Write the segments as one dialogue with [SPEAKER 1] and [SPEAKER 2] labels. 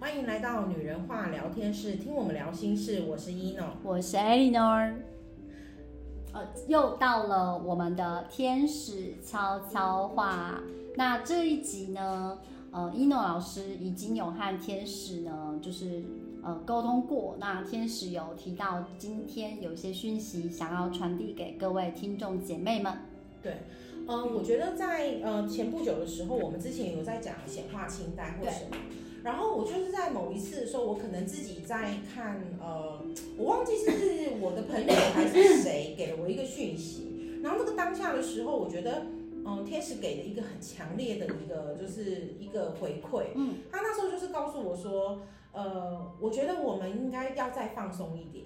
[SPEAKER 1] 欢迎来到女人话聊天室，听我们聊心事。我是一诺，
[SPEAKER 2] 我是 Eleanor。呃，又到了我们的天使悄悄话。那这一集呢，呃，一诺老师已经有和天使呢，就是呃沟通过。那天使有提到今天有一些讯息想要传递给各位听众姐妹们。
[SPEAKER 1] 呃，我觉得在呃前不久的时候，我们之前有在讲显化清单或
[SPEAKER 2] 对
[SPEAKER 1] 什么，然后我就是在某一次的时候，我可能自己在看呃，我忘记是不是我的朋友还是谁给了我一个讯息，然后那个当下的时候，我觉得。嗯，天使给了一个很强烈的一个，就是一个回馈。
[SPEAKER 2] 嗯，
[SPEAKER 1] 他那时候就是告诉我说，呃，我觉得我们应该要再放松一点。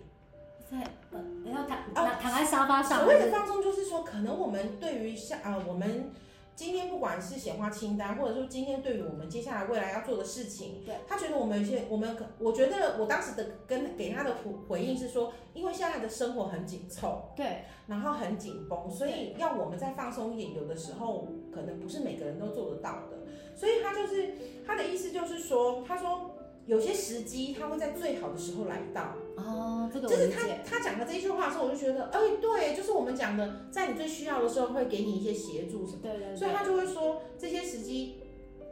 [SPEAKER 2] 在呃，要躺
[SPEAKER 1] 哦
[SPEAKER 2] 躺躺在沙发上
[SPEAKER 1] 所，谓的放松，就是说，可能我们对于下呃，我们今天不管是显化清单，或者说今天对于我们接下来未来要做的事情，
[SPEAKER 2] 对，
[SPEAKER 1] 他觉得我们有些，我们可我觉得我当时的跟给他的回回应是说，因为现在的生活很紧凑，
[SPEAKER 2] 对
[SPEAKER 1] 然后很紧绷，所以要我们再放松一点，有的时候可能不是每个人都做得到的。所以他就是他的意思就是说，他说有些时机他会在最好的时候来到。
[SPEAKER 2] 哦，这个我
[SPEAKER 1] 就是
[SPEAKER 2] 理
[SPEAKER 1] 他
[SPEAKER 2] 解，
[SPEAKER 1] 他讲的这一句话的时候，我就觉得，哎、对，就是我们讲的，在你最需要的时候会给你一些协助什么。
[SPEAKER 2] 对对
[SPEAKER 1] 所以
[SPEAKER 2] 对，
[SPEAKER 1] 他就会说这些时机，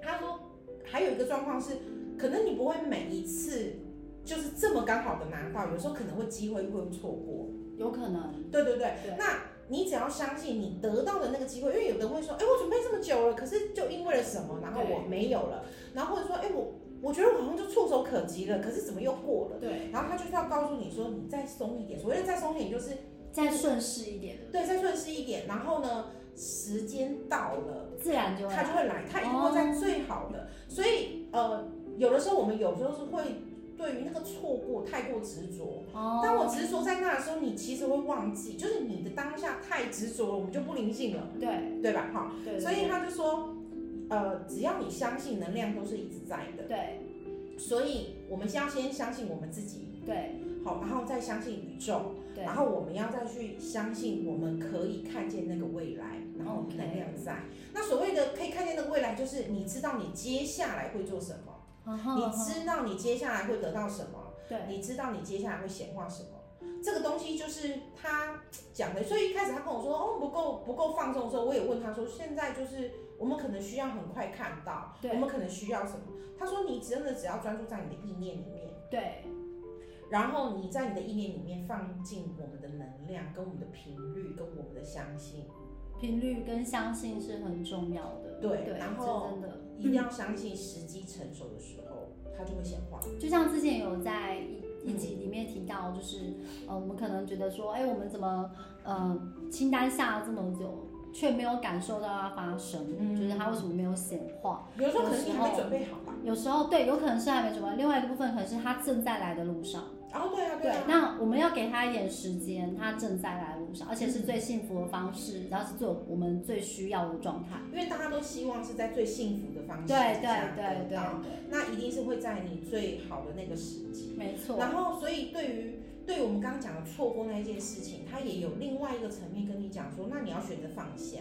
[SPEAKER 1] 他说还有一个状况是，可能你不会每一次就是这么刚好的拿到，有时候可能会机会会错过。
[SPEAKER 2] 有可能，
[SPEAKER 1] 对对对，
[SPEAKER 2] 对
[SPEAKER 1] 那你只要相信你得到的那个机会，因为有的人会说，哎、我准备这么久了，可是就因为了什么，然后
[SPEAKER 2] 对
[SPEAKER 1] 我没有了，然后或者说，哎、我我觉得我好像就触手可及了，可是怎么又过了？
[SPEAKER 2] 对，
[SPEAKER 1] 然后他就是要告诉你说，你再松一点。所谓的再松一点，就是
[SPEAKER 2] 再顺势一点，
[SPEAKER 1] 对，再顺势一点。然后呢，时间到了，
[SPEAKER 2] 自然就会
[SPEAKER 1] 他
[SPEAKER 2] 来
[SPEAKER 1] 就会来，他一定会在最好的。所以呃，有的时候我们有时候是会对于那个错过太过执着。
[SPEAKER 2] 哦
[SPEAKER 1] 当我执着在那的时候，你其实会忘记，就是你的当下太执着了，我们就不灵性了，
[SPEAKER 2] 对
[SPEAKER 1] 对吧？哈，
[SPEAKER 2] 对，
[SPEAKER 1] 所以他就说，呃，只要你相信，能量都是一直在的。
[SPEAKER 2] 对
[SPEAKER 1] 所以我们先要先相信我们自己，
[SPEAKER 2] 对
[SPEAKER 1] 好，然后再相信宇宙。
[SPEAKER 2] 对
[SPEAKER 1] 然后我们要再去相信，我们可以看见那个未来，然后
[SPEAKER 2] OK
[SPEAKER 1] 能量在。那所谓的可以看见那个未来，就是你知道你接下来会做什么，
[SPEAKER 2] 然后
[SPEAKER 1] 你知道你接下来会得到什么，
[SPEAKER 2] 嗯对
[SPEAKER 1] 你知道你接下来会显化什么。这个东西就是他讲的，所以一开始他跟我说哦不够不够放松的时候，我也问他说现在就是我们可能需要很快看到，我
[SPEAKER 2] 对
[SPEAKER 1] 们可能需要什么？他说你真的只要专注在你的意念里面。
[SPEAKER 2] 对
[SPEAKER 1] 然后你在你的意念里面放进我们的能量、跟我们的频率、跟我们的相信，
[SPEAKER 2] 频率跟相信是很重要的，
[SPEAKER 1] 对
[SPEAKER 2] 对，
[SPEAKER 1] 然
[SPEAKER 2] 这
[SPEAKER 1] 后
[SPEAKER 2] 真的。
[SPEAKER 1] 一定要相信时机成熟的时候，它就会显化。
[SPEAKER 2] 就像之前有在一一集里面提到，就是呃，我们可能觉得说，哎、我们怎么呃清单下了这么久，却没有感受到它发生，
[SPEAKER 1] 嗯
[SPEAKER 2] 就是它为什么没有显化？
[SPEAKER 1] 有的时候可能你还没准备好吧？
[SPEAKER 2] 有时候对，有可能是还没准备，另外一个部分可能是它正在来的路上。
[SPEAKER 1] 然后对啊，
[SPEAKER 2] 对
[SPEAKER 1] 啊，，
[SPEAKER 2] 那我们要给他一点时间，他正在来的路上，而且是最幸福的方
[SPEAKER 1] 嗯
[SPEAKER 2] 式，然后是最我们最需要的状态。
[SPEAKER 1] 因为大家都希望是在最幸福的方式
[SPEAKER 2] 对
[SPEAKER 1] 之
[SPEAKER 2] 对
[SPEAKER 1] 下
[SPEAKER 2] 对
[SPEAKER 1] 得
[SPEAKER 2] 对
[SPEAKER 1] 到，那一定是会在你最好的那个时机
[SPEAKER 2] 对，。没错，
[SPEAKER 1] 然后，所以对于对于我们刚刚讲的错过那一件事情，它也有另外一个层面跟你讲说，那你要选择放下。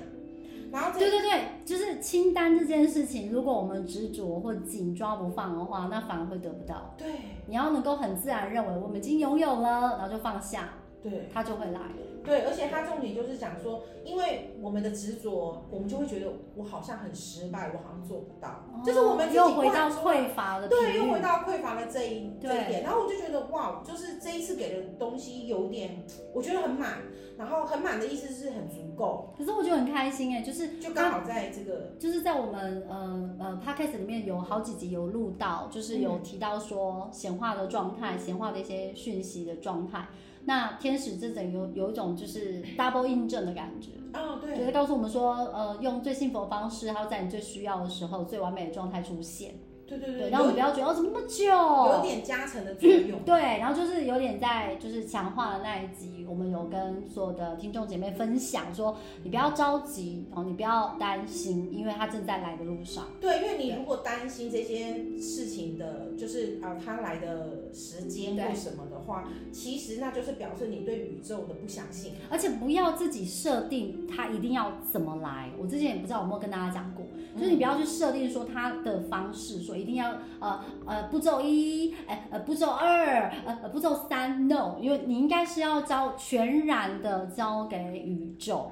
[SPEAKER 1] 然后这
[SPEAKER 2] 对对对，就是清单这件事情，如果我们执着或紧抓不放的话，那反而会得不到。
[SPEAKER 1] 对
[SPEAKER 2] 你要能够很自然认为我们已经拥有了，然后就放下，
[SPEAKER 1] 对，
[SPEAKER 2] 它就会来。
[SPEAKER 1] 对，而且他重点就是讲说，因为我们的执着，我们就会觉得我好像很失败，我好像做不到，就是我们自己
[SPEAKER 2] 哦又回
[SPEAKER 1] 挂
[SPEAKER 2] 到
[SPEAKER 1] 住
[SPEAKER 2] 匮乏的
[SPEAKER 1] 对，
[SPEAKER 2] 频
[SPEAKER 1] 又回
[SPEAKER 2] 率，
[SPEAKER 1] 到匮乏的这一这一
[SPEAKER 2] 对
[SPEAKER 1] 点，然后我就觉得哇，就是这一次给的东西有点，我觉得很满，然后很满的意思是很足够，
[SPEAKER 2] 可是我就很开心哎、就是
[SPEAKER 1] 就刚好在这个
[SPEAKER 2] 就是在我们呃呃 podcast 里面有好几集有录到，就是
[SPEAKER 1] 嗯
[SPEAKER 2] 有提到说显化的状态、显化的一些讯息的状态。那天使这种有有一种就是 double 印证的感觉，
[SPEAKER 1] 哦
[SPEAKER 2] 就
[SPEAKER 1] 对
[SPEAKER 2] 是告诉我们说，呃，用最幸福的方式，还有在你最需要的时候、最完美的状态出现。
[SPEAKER 1] 对对
[SPEAKER 2] 对，
[SPEAKER 1] 对，
[SPEAKER 2] 让我
[SPEAKER 1] 有
[SPEAKER 2] 们不要觉得哦，怎么那么
[SPEAKER 1] 有
[SPEAKER 2] 久？
[SPEAKER 1] 点加成的作用，
[SPEAKER 2] 对，然后就是有点在就是强化的那一集，我们有跟所有的听众姐妹分享说，你不要着急，哦，你不要担心，因为它正在来的路上。
[SPEAKER 1] 对，因为你如果担心这些事情的，就是啊、呃它来的时间或
[SPEAKER 2] 对
[SPEAKER 1] 什么的话，其实那就是表示你对宇宙的不相信。
[SPEAKER 2] 而且不要自己设定它一定
[SPEAKER 1] 嗯
[SPEAKER 2] 要怎么来。我之前也不知道有没有跟大家讲过，就是你不要去设定说它的方式，说一一定要呃呃步骤一，哎呃步骤二，呃呃步骤三，no，因为你应该是要交全然的交给宇宙，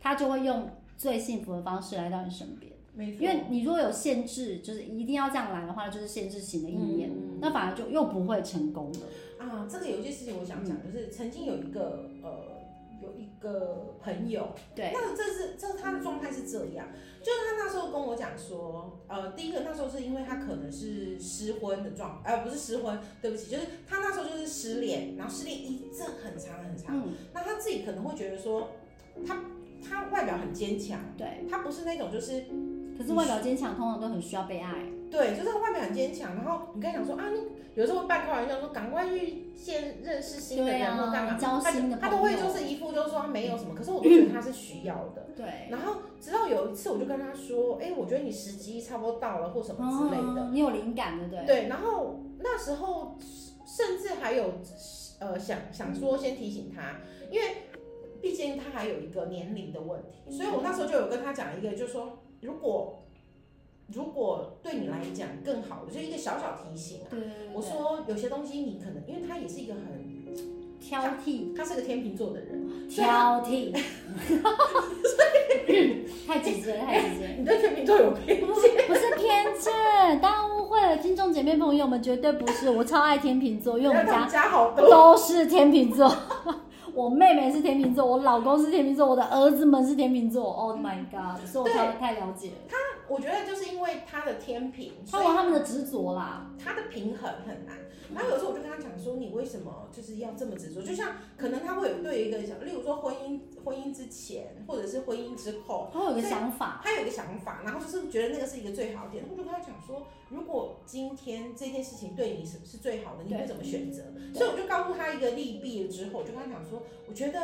[SPEAKER 2] 他就会用最幸福的方式来到你身边。
[SPEAKER 1] 没错，
[SPEAKER 2] 因为你如果有限制，就是一定要这样来的话，就是限制型的意念，
[SPEAKER 1] 嗯
[SPEAKER 2] 那反而就又不会成功的。
[SPEAKER 1] 啊，这个有一件事情我想讲，就是曾经有一个呃有一个朋友，
[SPEAKER 2] 对，
[SPEAKER 1] 那这是这他的状态是这样，就是他那时候跟我讲说，呃，第一个那时候是因为他可能是失婚的状，呃，不是失婚，对不起，就是他那时候就是失恋，然后失恋一阵很长很长，
[SPEAKER 2] 嗯，
[SPEAKER 1] 那他自己可能会觉得说，他他外表很坚强，
[SPEAKER 2] 对。
[SPEAKER 1] 他不是那种就是
[SPEAKER 2] 可是外表坚强，通常都很需要被爱。
[SPEAKER 1] 对，就是外表很坚强，然后你跟他讲说啊，你有时候会半开玩笑说赶快去见认识新的
[SPEAKER 2] 对
[SPEAKER 1] 人或干
[SPEAKER 2] 啊，
[SPEAKER 1] 嘛，
[SPEAKER 2] 交
[SPEAKER 1] 他
[SPEAKER 2] 心的
[SPEAKER 1] 他
[SPEAKER 2] 朋
[SPEAKER 1] 都
[SPEAKER 2] 友。
[SPEAKER 1] 会就是一副就是说他没有什么，可是我都觉得他是需要 的。
[SPEAKER 2] 对。
[SPEAKER 1] 然后直到有一次，我就跟他说，哎、我觉得你时机差不多到了，或什么之类的。
[SPEAKER 2] 哦，你有灵感，对不对？
[SPEAKER 1] 对，然后那时候甚至还有呃想想说先提醒他，因为毕竟他还有一个年龄的问题，所以我那时候就有跟他讲一个，就说如果如果对你来讲更好的，就一个小小提醒啊。
[SPEAKER 2] 对对对
[SPEAKER 1] 我说有些东西你可能，因为他也是一个很，
[SPEAKER 2] 挑剔，
[SPEAKER 1] 他是个天秤座的人， 所以他
[SPEAKER 2] 挑剔， 太直接，太直接。
[SPEAKER 1] 你对天秤座有偏
[SPEAKER 2] 不不是偏见，大家误会了，听众姐妹朋友们绝对不是，我超爱天秤座，因为我们
[SPEAKER 1] 他
[SPEAKER 2] 家
[SPEAKER 1] 们家好多，
[SPEAKER 2] 都是天秤座。 我妹妹是天秤座，我老公是天秤座，我的儿子们是天秤座。Oh my god！所以我太太了解了，
[SPEAKER 1] 我觉得就是因为他的天平，
[SPEAKER 2] 他
[SPEAKER 1] 所以
[SPEAKER 2] 有他们的执着啦。
[SPEAKER 1] 他的平衡很难。然后有时候我就跟他讲说，你为什么就是要这么执着？就像可能他会有对一个，例如说婚姻婚姻之前，或者是婚姻之后，
[SPEAKER 2] 他有个想法，
[SPEAKER 1] 他有一个想法，然后就是觉得那个是一个最好的点。我就跟他讲说，如果今天这件事情对你是是最好的，你会
[SPEAKER 2] 对
[SPEAKER 1] 怎么选择？所以我就告诉他一个利弊了之后，我就跟他讲说，我觉得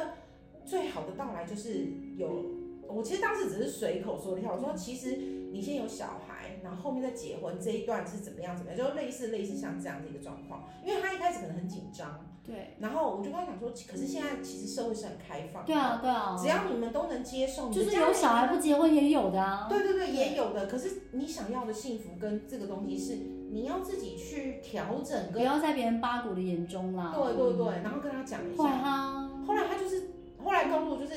[SPEAKER 1] 最好的到来就是有。我其实当时只是随口说了一下，我说其实你先有小孩，然后后面再结婚这一段是怎么样怎么样，就类似类似像这样的一个状况。因为他一开始可能很紧张，
[SPEAKER 2] 对，
[SPEAKER 1] 然后我就跟他讲说，可是现在其实社会是很开放的，
[SPEAKER 2] 对啊，对啊，
[SPEAKER 1] 只要你们都能接受，你
[SPEAKER 2] 就
[SPEAKER 1] 的
[SPEAKER 2] 是
[SPEAKER 1] 家
[SPEAKER 2] 有
[SPEAKER 1] 人
[SPEAKER 2] 小孩不结婚也有的啊。
[SPEAKER 1] 对对对，
[SPEAKER 2] 对
[SPEAKER 1] 也有的。可是你想要的幸福跟这个东西是你要自己去调整
[SPEAKER 2] 不
[SPEAKER 1] 跟，
[SPEAKER 2] 要在别人八股的眼中啦。
[SPEAKER 1] 对对对，然后跟他讲一
[SPEAKER 2] 会
[SPEAKER 1] 下。
[SPEAKER 2] 哈，
[SPEAKER 1] 后来他就是后来告诉我，就是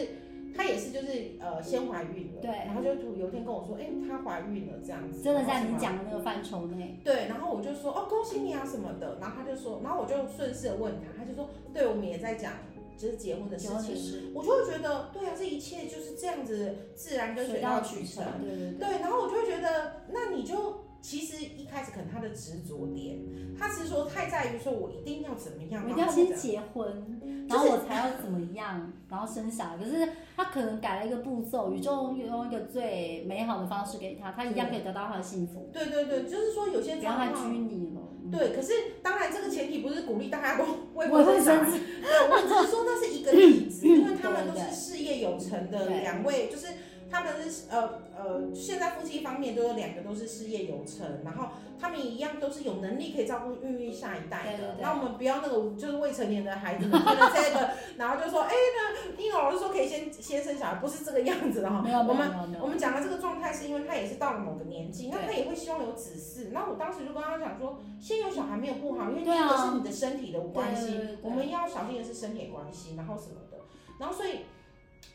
[SPEAKER 1] 她也是就是呃先怀孕了，
[SPEAKER 2] 对
[SPEAKER 1] 然后就有一天跟我说，哎、她怀孕了这样子，
[SPEAKER 2] 真的
[SPEAKER 1] 然后
[SPEAKER 2] 在
[SPEAKER 1] 什
[SPEAKER 2] 你
[SPEAKER 1] 么。
[SPEAKER 2] 讲的那个范畴内。
[SPEAKER 1] 对，然后我就说哦恭喜你啊什么的，然后他就说，然后我就顺势地问他，他就说，对，我们也在讲就是结婚的事
[SPEAKER 2] 结婚
[SPEAKER 1] 情
[SPEAKER 2] 的，事
[SPEAKER 1] 我就会觉得对啊，这一切就是这样子自然跟水到渠成。
[SPEAKER 2] 对对对。
[SPEAKER 1] 对，然后我就会觉得，那你就其实一开始可能他的执着点，他执着太在于说我一定要怎么样，
[SPEAKER 2] 我一定
[SPEAKER 1] 然后
[SPEAKER 2] 要先
[SPEAKER 1] 怎么
[SPEAKER 2] 结婚，
[SPEAKER 1] 就
[SPEAKER 2] 然后
[SPEAKER 1] 是
[SPEAKER 2] 我才要怎么样，然后生小孩。可是他可能改了一个步骤，宇宙用一个最美好的方式给他，他一样可以得到他的幸福，
[SPEAKER 1] 对对对，就是说有些
[SPEAKER 2] 不要
[SPEAKER 1] 状
[SPEAKER 2] 太
[SPEAKER 1] 况。
[SPEAKER 2] 拘泥了。嗯，
[SPEAKER 1] 对，可是当然，这个前提不是鼓励大家都 未
[SPEAKER 2] 我
[SPEAKER 1] 婚
[SPEAKER 2] 会
[SPEAKER 1] 生
[SPEAKER 2] 生
[SPEAKER 1] 子，
[SPEAKER 2] 气，
[SPEAKER 1] 对，我只是说那是一个例 子，因为他们
[SPEAKER 2] 对
[SPEAKER 1] 都
[SPEAKER 2] 对
[SPEAKER 1] 是事业有成的
[SPEAKER 2] 对
[SPEAKER 1] 两位，就是他们是呃呃，现在夫妻方面都有两个都是事业有成，然后他们一样都是有能力可以照顾孕育下一代
[SPEAKER 2] 对
[SPEAKER 1] 的
[SPEAKER 2] 对。对
[SPEAKER 1] 那我们不要那个就是未成年的孩子们看了这个，然后就说哎那婴儿老师说可以先先生小孩，不是这个样子的哈。
[SPEAKER 2] 没有
[SPEAKER 1] 哦
[SPEAKER 2] 没
[SPEAKER 1] 我
[SPEAKER 2] 有没
[SPEAKER 1] 们
[SPEAKER 2] 有没
[SPEAKER 1] 我
[SPEAKER 2] 有，
[SPEAKER 1] 们讲的这个状态是因为他也是到了某个年纪，那
[SPEAKER 2] 对
[SPEAKER 1] 他也会希望有子嗣。那我当时就跟他讲说，先有小孩没有不好，因为第
[SPEAKER 2] 对
[SPEAKER 1] 一
[SPEAKER 2] 啊
[SPEAKER 1] 个是你的身体的关系，
[SPEAKER 2] 对对对
[SPEAKER 1] 我们要小心的是身体的关系，然后什么的。然后所以，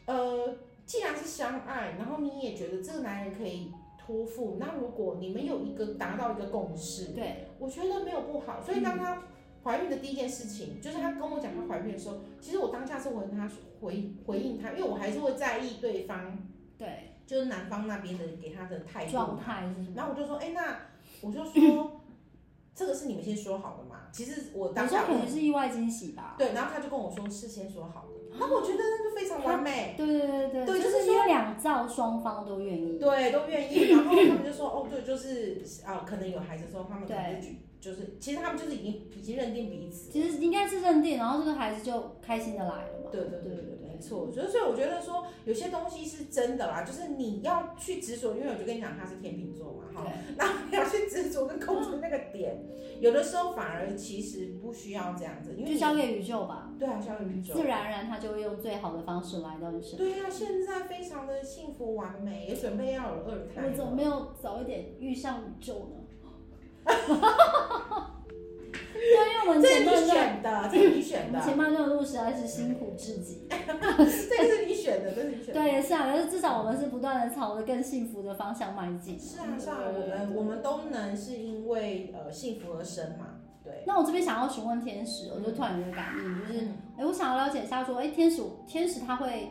[SPEAKER 1] 呃，既然是相爱，然后你也觉得这个男人可以托付，那如果你们有一个达到一个共识，
[SPEAKER 2] 对
[SPEAKER 1] 我觉得没有不好。所以
[SPEAKER 2] 嗯
[SPEAKER 1] 当她怀孕的第一件事情，就是她跟我讲她怀孕的时候，其实我当下是回她回回应她，因为我还是会在意对方。
[SPEAKER 2] 对，
[SPEAKER 1] 就是男方那边的给他的态度。
[SPEAKER 2] 状态是什么？
[SPEAKER 1] 然后我就说，哎、那我就说，这个是你们先说好的嘛？其实我当
[SPEAKER 2] 有时候
[SPEAKER 1] 下
[SPEAKER 2] 可能是意外惊喜吧。
[SPEAKER 1] 对，然后他就跟我说是先说好
[SPEAKER 2] 啊
[SPEAKER 1] 的，那我觉得那就非常完美，
[SPEAKER 2] 对对
[SPEAKER 1] 对
[SPEAKER 2] 对就
[SPEAKER 1] 就是
[SPEAKER 2] 是因为两造双方都愿意。
[SPEAKER 1] 对，都愿意。然后他们就说，哦，对，就是啊、可能有孩子之后，他们可能就就是，其实他们就是已经已经认定彼此。
[SPEAKER 2] 其实应该是认定，然后这个孩子就开心的来了嘛。
[SPEAKER 1] 对对对
[SPEAKER 2] 对
[SPEAKER 1] 对
[SPEAKER 2] 对
[SPEAKER 1] 对，
[SPEAKER 2] 对
[SPEAKER 1] 没错。所以所以我觉得说有些东西是真的啦，就是你要去执着，因为我就跟你讲他是天秤座嘛，哈，
[SPEAKER 2] 对，
[SPEAKER 1] 然后你要去执着跟控制那个点，有的时候反而其实不需要这样子，因为
[SPEAKER 2] 就
[SPEAKER 1] 你
[SPEAKER 2] 交给宇宙吧，
[SPEAKER 1] 对啊，交给宇宙
[SPEAKER 2] 自。然而然他就会用最好的方式来到你身边。
[SPEAKER 1] 对啊，现在非常的幸福完美，也准备要有二胎
[SPEAKER 2] 我怎么
[SPEAKER 1] 了。
[SPEAKER 2] 没有早一点遇上宇宙呢？对，因为我们
[SPEAKER 1] 这
[SPEAKER 2] 前
[SPEAKER 1] 是
[SPEAKER 2] 半
[SPEAKER 1] 你
[SPEAKER 2] 段，
[SPEAKER 1] 选的，这是你选
[SPEAKER 2] 我们
[SPEAKER 1] 的，
[SPEAKER 2] 前半段录实在是辛苦至极。
[SPEAKER 1] 这个是你选的，这是你选的。
[SPEAKER 2] 对，也是啊，但是至少我们是不断的朝着更幸福的方向迈进。
[SPEAKER 1] 是啊是啊，我们我们都能是因为呃幸福而生嘛，对。
[SPEAKER 2] 那我这边想要询问天使，我就突然有个感应，就是，哎、我想要了解一下，说，哎、天使，天使他会，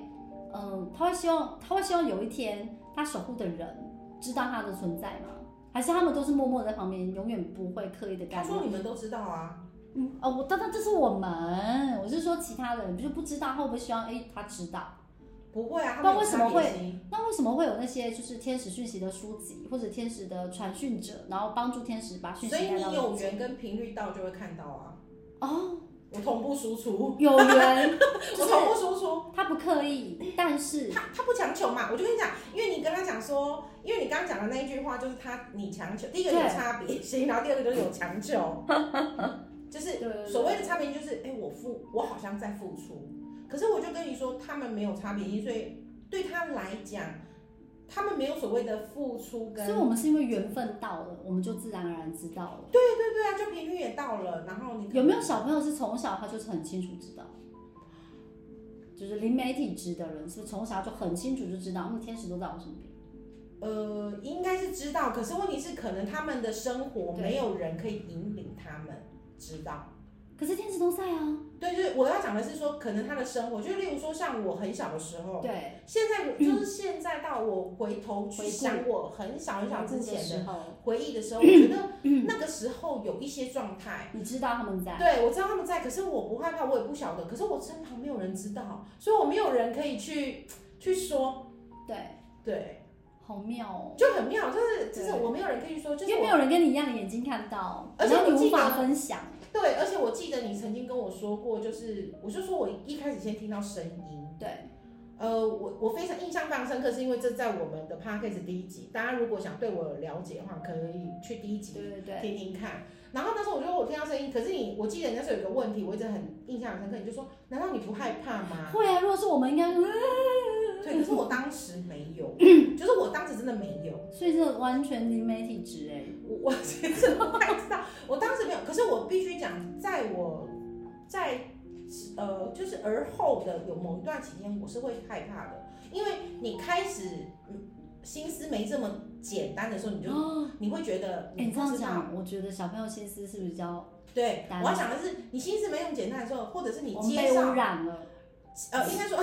[SPEAKER 2] 嗯、他会希望，他会希望有一天他守护的人知道他的存在吗？还是他们都是默默在旁边，永远不会刻意的
[SPEAKER 1] 他
[SPEAKER 2] 干
[SPEAKER 1] 说
[SPEAKER 2] 预？
[SPEAKER 1] 你们都知道啊，
[SPEAKER 2] 嗯，哦，我当然这是我们，我是说其他人，就是不知道，会不会希望，哎、他知道？
[SPEAKER 1] 不会啊，他
[SPEAKER 2] 那
[SPEAKER 1] 们
[SPEAKER 2] 为什么
[SPEAKER 1] 有差别
[SPEAKER 2] 会
[SPEAKER 1] 心
[SPEAKER 2] 那为什么会有那些就是天使讯息的书籍或者天使的传讯者，然后帮助天使把讯息
[SPEAKER 1] 所以
[SPEAKER 2] 带
[SPEAKER 1] 你
[SPEAKER 2] 到
[SPEAKER 1] 有
[SPEAKER 2] 人间
[SPEAKER 1] 缘跟频率到就会看到啊，
[SPEAKER 2] 哦，
[SPEAKER 1] 我同步输出，
[SPEAKER 2] 有缘，就
[SPEAKER 1] 我
[SPEAKER 2] 是
[SPEAKER 1] 同步输出，
[SPEAKER 2] 他不刻意，但是
[SPEAKER 1] 他他不强求嘛，我就跟你讲，因为你跟他讲说，因为你刚刚讲的那一句话就是他你强求，第一个有
[SPEAKER 2] 对
[SPEAKER 1] 差别心，然后第二个就是有强 求，就是
[SPEAKER 2] 对
[SPEAKER 1] 所谓的差别就是，哎、我付，我好像在付出，可是我就跟你说，他们没有差别心，所以对他来讲，他们没有所谓的付出跟
[SPEAKER 2] 所以我们是因为缘分到了，我们就自然而然知道了。
[SPEAKER 1] 对对对啊，就频率也到了，然后你可能
[SPEAKER 2] 有没有小朋友是从小他就是很清楚知道，就是灵媒体质的人，是不是从小就很清楚就知道，嗯，天使都在我身边？
[SPEAKER 1] 呃，应该是知道，可是问题是，可能他们的生活
[SPEAKER 2] 对
[SPEAKER 1] 没有人可以引领他们知道。
[SPEAKER 2] 可是天使都在啊，
[SPEAKER 1] 对，就是我要讲的是说，可能他的生活，就例如说像我很小的时候，
[SPEAKER 2] 对，嗯
[SPEAKER 1] 现在我就是现在到我回头去
[SPEAKER 2] 回顾嗯
[SPEAKER 1] 想我很小很小之前
[SPEAKER 2] 的
[SPEAKER 1] 的
[SPEAKER 2] 时候，
[SPEAKER 1] 回忆的时候，我觉得
[SPEAKER 2] 嗯
[SPEAKER 1] 那个时候有一些状态。
[SPEAKER 2] 你知道他们在，
[SPEAKER 1] 对，我知道他们在，可是我不害怕，我也不晓得，可是我身旁没有人知道，所以我没有人可以去去说，
[SPEAKER 2] 对，
[SPEAKER 1] 对，
[SPEAKER 2] 好妙哦。
[SPEAKER 1] 就很妙，就是就是
[SPEAKER 2] 对
[SPEAKER 1] 我没有人可以说，就
[SPEAKER 2] 因
[SPEAKER 1] 是
[SPEAKER 2] 为没
[SPEAKER 1] 我
[SPEAKER 2] 有人跟你一样的眼睛看到，
[SPEAKER 1] 而且
[SPEAKER 2] 然后
[SPEAKER 1] 我
[SPEAKER 2] 你
[SPEAKER 1] 记
[SPEAKER 2] 无法
[SPEAKER 1] 得
[SPEAKER 2] 分享。
[SPEAKER 1] 对，而且我记得你曾经跟我说过，就是我就说我一开始先听到声音，
[SPEAKER 2] 对，
[SPEAKER 1] 呃，我我非常印象非常深刻，是因为这在我们的 podcast 第一集，大家如果想对我有了解的话，可以去第一集
[SPEAKER 2] 对对对，
[SPEAKER 1] 听听看。然后那时候我觉得我听到声音，可是你，我记得你那时候有一个问题，我一直很印象很深刻，你就说，难道你不害怕吗？
[SPEAKER 2] 会啊。如果是我们应该，
[SPEAKER 1] 对，可是我当时没有， 就是我当时真的没有，
[SPEAKER 2] 所以这完全灵媒体质哎、
[SPEAKER 1] 我我 其实不太知道，我当时没有，可是我必须讲，在我在呃就是而后的有某一段期间，我是会害怕的，因为你开始嗯心思没这么简单的时候，你就、你会觉得
[SPEAKER 2] 哦哎、你这
[SPEAKER 1] 不
[SPEAKER 2] 样
[SPEAKER 1] 知道
[SPEAKER 2] 讲，我觉得小朋友心思是比较
[SPEAKER 1] 对，
[SPEAKER 2] 单
[SPEAKER 1] 我要讲的是你心思没那么简单的时候，或者是你
[SPEAKER 2] 我们
[SPEAKER 1] 接
[SPEAKER 2] 被污
[SPEAKER 1] 受
[SPEAKER 2] 染了，
[SPEAKER 1] 呃应该说。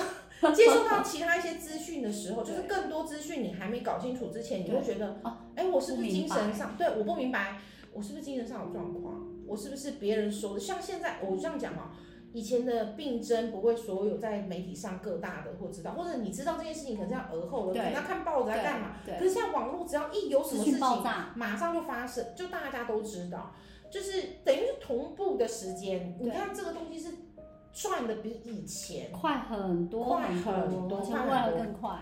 [SPEAKER 1] 接受 到其他一些资讯的时候，就是更多资讯你还没搞清楚之前，你会觉得
[SPEAKER 2] 哦，
[SPEAKER 1] 哎、我是不
[SPEAKER 2] 不
[SPEAKER 1] 是
[SPEAKER 2] 明
[SPEAKER 1] 精神
[SPEAKER 2] 白
[SPEAKER 1] 上？对，我不明白，我是不是精神上有状况？我是不是别人说的？像现在我这样讲哦，以前的病症不会所有在媒体上各大的或知道，或者你知道这件事情，可能是要而后了，可
[SPEAKER 2] 对
[SPEAKER 1] 能要看报纸在干嘛。可
[SPEAKER 2] 对，
[SPEAKER 1] 是现在网络只要一有什
[SPEAKER 2] 资
[SPEAKER 1] 么事
[SPEAKER 2] 讯爆
[SPEAKER 1] 情，
[SPEAKER 2] 炸，
[SPEAKER 1] 马上就发生，就大家都知道，就是等于是同步的时间。你
[SPEAKER 2] 对
[SPEAKER 1] 看这个东西是赚的比以前。
[SPEAKER 2] 快很多，
[SPEAKER 1] 快很多
[SPEAKER 2] 而且
[SPEAKER 1] 快很
[SPEAKER 2] 未来
[SPEAKER 1] 多
[SPEAKER 2] 更快，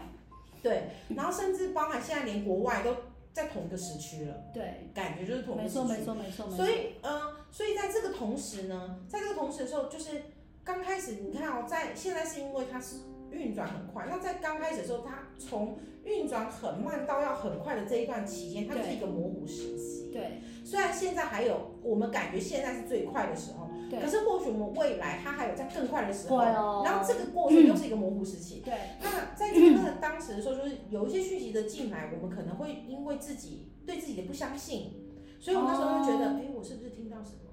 [SPEAKER 1] 对，然后甚至包含现在连国外都在同一个时区了，
[SPEAKER 2] 对，
[SPEAKER 1] 感觉就是同一
[SPEAKER 2] 没
[SPEAKER 1] 个时
[SPEAKER 2] 错
[SPEAKER 1] 区。
[SPEAKER 2] 没错没错没错，
[SPEAKER 1] 所以，呃，所以在这个同时呢，在这个同时的时候，就是刚开始，你看哦，在现在是因为它是运转很快，那在刚开始的时候，它从运转很慢到要很快的这一段期间，它就是一个模糊时期。
[SPEAKER 2] 对
[SPEAKER 1] 虽然现在还有，我们感觉现在是最快的时候，
[SPEAKER 2] 对
[SPEAKER 1] 可是或许我们未来它还有在更快的时候，
[SPEAKER 2] 会哦
[SPEAKER 1] 然后这个过程又是一个模糊时期。
[SPEAKER 2] 对
[SPEAKER 1] 那在这个当时的时候，就是有一些讯息的进来，我们可能会因为自己对自己的不相信，所以我那时候就觉得，
[SPEAKER 2] 哦
[SPEAKER 1] 哎、我是不是听到什么？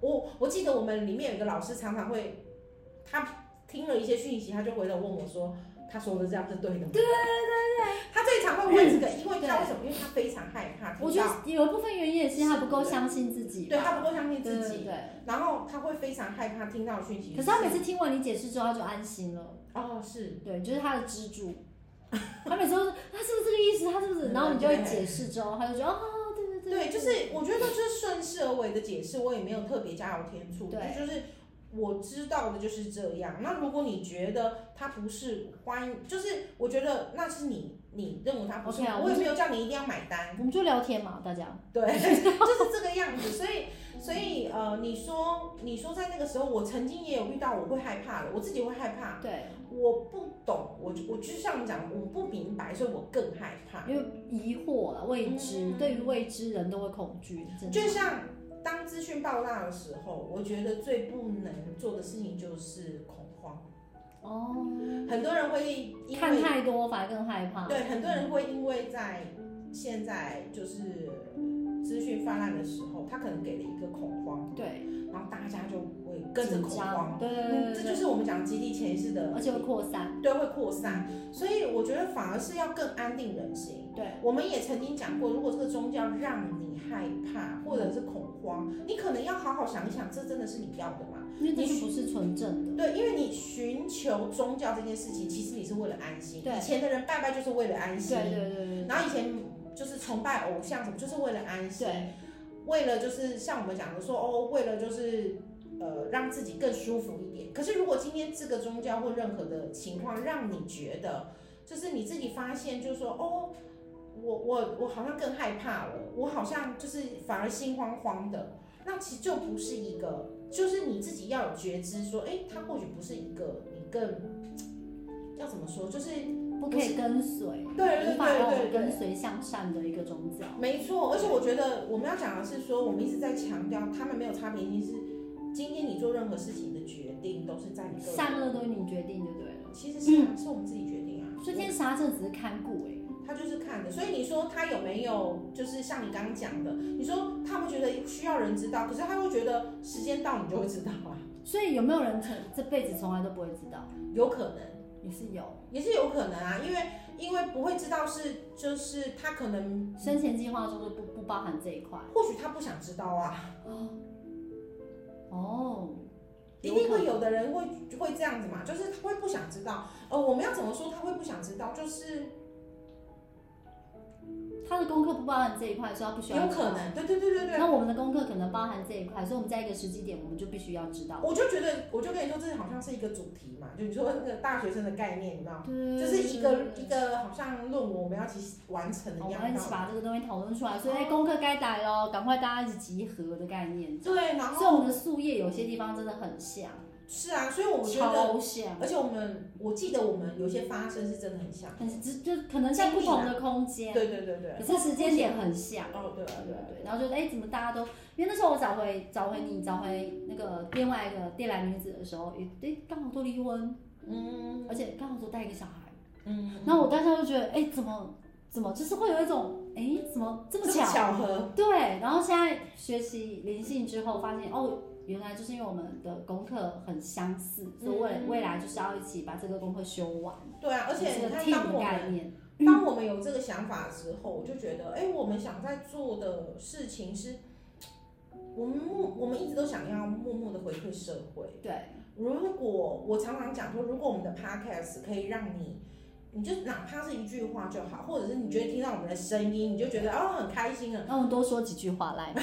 [SPEAKER 1] 我我记得我们里面有一个老师常常会，他听了一些讯息，他就回头问我说，他说的这样是对的吗？对对对对，他最常会问这个，因为他为什么？因为他非常害怕
[SPEAKER 2] 嗯我
[SPEAKER 1] 听
[SPEAKER 2] 觉
[SPEAKER 1] 到，
[SPEAKER 2] 得有一部分原因也是他不够
[SPEAKER 1] 是
[SPEAKER 2] 相信自己吧，
[SPEAKER 1] 对他不够相信
[SPEAKER 2] 对
[SPEAKER 1] 自
[SPEAKER 2] 对
[SPEAKER 1] 己，
[SPEAKER 2] 对，
[SPEAKER 1] 然后他会非常害怕听到讯息。
[SPEAKER 2] 嗯可是他每次听完你解释之后，他就安心了。
[SPEAKER 1] 哦是。
[SPEAKER 2] 对，就是他的支柱。他每次都说他是不是这个意思，他 是不是？然后你就会解释之后，他就觉得哦，对对
[SPEAKER 1] 对，
[SPEAKER 2] 对，
[SPEAKER 1] 就是我觉得就是顺势而为的解释，我也没有特别加油添醋，
[SPEAKER 2] 对
[SPEAKER 1] 就就是我知道的就是这样。那如果你觉得它不是欢迎，就是我觉得那是你你认为它不是
[SPEAKER 2] OK 嗯啊
[SPEAKER 1] 我也没有叫你一定要买单，
[SPEAKER 2] 我们就聊天嘛，大家。
[SPEAKER 1] 对，就是这个样子。所以所以呃，呃，你说你说在那个时候，我曾经也有遇到，我会害怕的，我自己会害怕，
[SPEAKER 2] 对，
[SPEAKER 1] 我不懂，我就我就像讲，我不明白，所以我更害怕。嗯
[SPEAKER 2] 因为疑惑了，未知，对于未知人都会恐惧，真的
[SPEAKER 1] 就。像当资讯爆炸的时候，我觉得最不能做的事情就是恐慌。
[SPEAKER 2] 哦，
[SPEAKER 1] 很多人会因为
[SPEAKER 2] 看太多反而更害怕。
[SPEAKER 1] 对，很多人会因为在现在就是资讯泛滥的时候，他可能给了一个恐慌，
[SPEAKER 2] 对，
[SPEAKER 1] 然后大家就会跟着恐
[SPEAKER 2] 紧张
[SPEAKER 1] 慌。
[SPEAKER 2] 对对
[SPEAKER 1] 嗯这
[SPEAKER 2] 对对
[SPEAKER 1] 就
[SPEAKER 2] 对，
[SPEAKER 1] 是我们讲集体潜意识的，
[SPEAKER 2] 而且会扩散，
[SPEAKER 1] 对会扩散，所以我觉得反而是要更安定人心。
[SPEAKER 2] 对，
[SPEAKER 1] 我们也曾经讲过，如果这个宗教让你害怕或者是恐慌，你可能要好好想一想，这真的是你要的吗？
[SPEAKER 2] 因为这就不是纯正的。
[SPEAKER 1] 对，因为你寻求宗教这件事情，其实你是为了安心。
[SPEAKER 2] 对
[SPEAKER 1] 以前的人拜拜就是为了安心，
[SPEAKER 2] 对对对对
[SPEAKER 1] 然后以前就是崇拜偶像什么，就是为了安心，
[SPEAKER 2] 对
[SPEAKER 1] 为了就是像我们讲的说哦，为了就是呃让自己更舒服一点。可是如果今天这个宗教或任何的情况让你觉得，就是你自己发现，就是说哦，我我我好像更害怕了，我好像就是反而心慌慌的，那其实就不是一个，就是你自己要有觉知说，哎，它或许不是一个你更要怎么说，就是
[SPEAKER 2] 对，不可以跟随，
[SPEAKER 1] 对对对
[SPEAKER 2] 无法让我
[SPEAKER 1] 对对
[SPEAKER 2] 们跟随向善的一个宗教。
[SPEAKER 1] 没错，而且我觉得我们要讲的是说，我们一直在强调他们没有差别性，是今天你做任何事情的决定都是在你个人。
[SPEAKER 2] 善恶都嗯是你决定就对了。
[SPEAKER 1] 其实是、啊是我们自己决定啊，
[SPEAKER 2] 所以天使他真的只是看顾哎、
[SPEAKER 1] 他就是看的。所以你说他有没有就是像你刚刚讲的，你说他们觉得需要人知道，可是他会觉得时间到你就会知道啊，
[SPEAKER 2] 所以有没有人从这辈子从来都不会知道？
[SPEAKER 1] 有可能
[SPEAKER 2] 也是有，
[SPEAKER 1] 也是有可能啊，因为因为不会知道是就是他可能
[SPEAKER 2] 生前计划中就不不包含这一块。
[SPEAKER 1] 或许他不想知道啊。
[SPEAKER 2] 哦，
[SPEAKER 1] 一定会有的人会会这样子嘛，就是他会不想知道。呃，我们要怎么说他会不想知道？就是
[SPEAKER 2] 他的功课不包含这一块，所以他不需要。
[SPEAKER 1] 有可。能，对对对对对。
[SPEAKER 2] 那我们的功课可能包含这一块，所以我们在一个时机点，我们就必须要知道。
[SPEAKER 1] 我就觉得，我就跟你说，这好像是一个主题嘛，就你说那个大学生的概念，你知道吗？
[SPEAKER 2] 对，
[SPEAKER 1] 就是一个一个好像论文我们要一起嗯哦完成的
[SPEAKER 2] 好我
[SPEAKER 1] 样
[SPEAKER 2] 们一起
[SPEAKER 1] 子。
[SPEAKER 2] 把这个东西讨论出来，所以哎功课该改咯，赶快大家一起集合的概念。
[SPEAKER 1] 对，然
[SPEAKER 2] 所以我
[SPEAKER 1] 后
[SPEAKER 2] 们的树叶有些地方真的很像，
[SPEAKER 1] 是啊，所以我觉得，
[SPEAKER 2] 超像，
[SPEAKER 1] 而且我们我记得我们有些发生是真的很像。
[SPEAKER 2] 但是只就可能在不同的空
[SPEAKER 1] 对
[SPEAKER 2] 间，
[SPEAKER 1] 对对对。
[SPEAKER 2] 可是时间点很像。
[SPEAKER 1] 哦，对
[SPEAKER 2] 对
[SPEAKER 1] 对
[SPEAKER 2] 对
[SPEAKER 1] 对。
[SPEAKER 2] 对，然后就哎、怎么大家都，因为那时候我找回找回你找回那个另外一个电缆女子的时候，也哎刚好都离婚，
[SPEAKER 1] 嗯
[SPEAKER 2] 而且刚好都带一个小孩，
[SPEAKER 1] 嗯。
[SPEAKER 2] 然后我当下就觉得哎、怎么怎么就是会有一种哎、怎么这么巧，
[SPEAKER 1] 巧合？
[SPEAKER 2] 对，然后现在学习灵性之后发现哦。原来就是因为我们的功课很相似，所以未
[SPEAKER 1] 嗯
[SPEAKER 2] 未来就是要一起把这个功课修完。
[SPEAKER 1] 对啊，而且你
[SPEAKER 2] 这个
[SPEAKER 1] 看，
[SPEAKER 2] team
[SPEAKER 1] 当
[SPEAKER 2] 的
[SPEAKER 1] 我们
[SPEAKER 2] 概念，
[SPEAKER 1] 当我们有这个想法之后，我就觉得，哎、我们想在做的事情是，我们默，我们一直都想要默默的回馈社会。
[SPEAKER 2] 对
[SPEAKER 1] 如果我常常讲说，如果我们的 podcast 可以让你，你就哪怕是一句话就好，或者是你觉得听到我们的声音，你就觉得哦很开心 啊。
[SPEAKER 2] 那我们多说几句话来。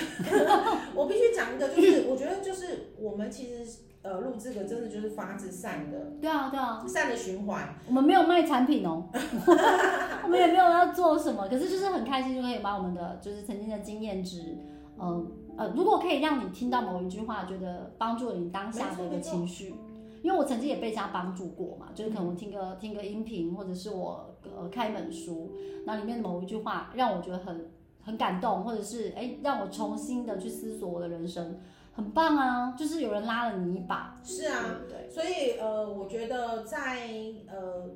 [SPEAKER 1] 我必须讲一个，就是我觉得就是我们其实呃录这个真的就是发自善的
[SPEAKER 2] 对啊，对啊，
[SPEAKER 1] 善的循环。
[SPEAKER 2] 我们没有卖产品哦， 我们也没有要做什么，可是就是很开心就可以把我们的就是曾经的经验值，嗯呃，如果可以让你听到某一句话，觉得帮助你当下的一个情绪。因为我曾经也被人家帮助过嘛，就是可能我听个听个音频，或者是我呃看一本书，那里面某一句话让我觉得很很感动，或者是哎让我重新的去思索我的人生，很棒啊！就是有人拉了你一把，
[SPEAKER 1] 是啊，
[SPEAKER 2] 对，对
[SPEAKER 1] 所以呃，我觉得在呃，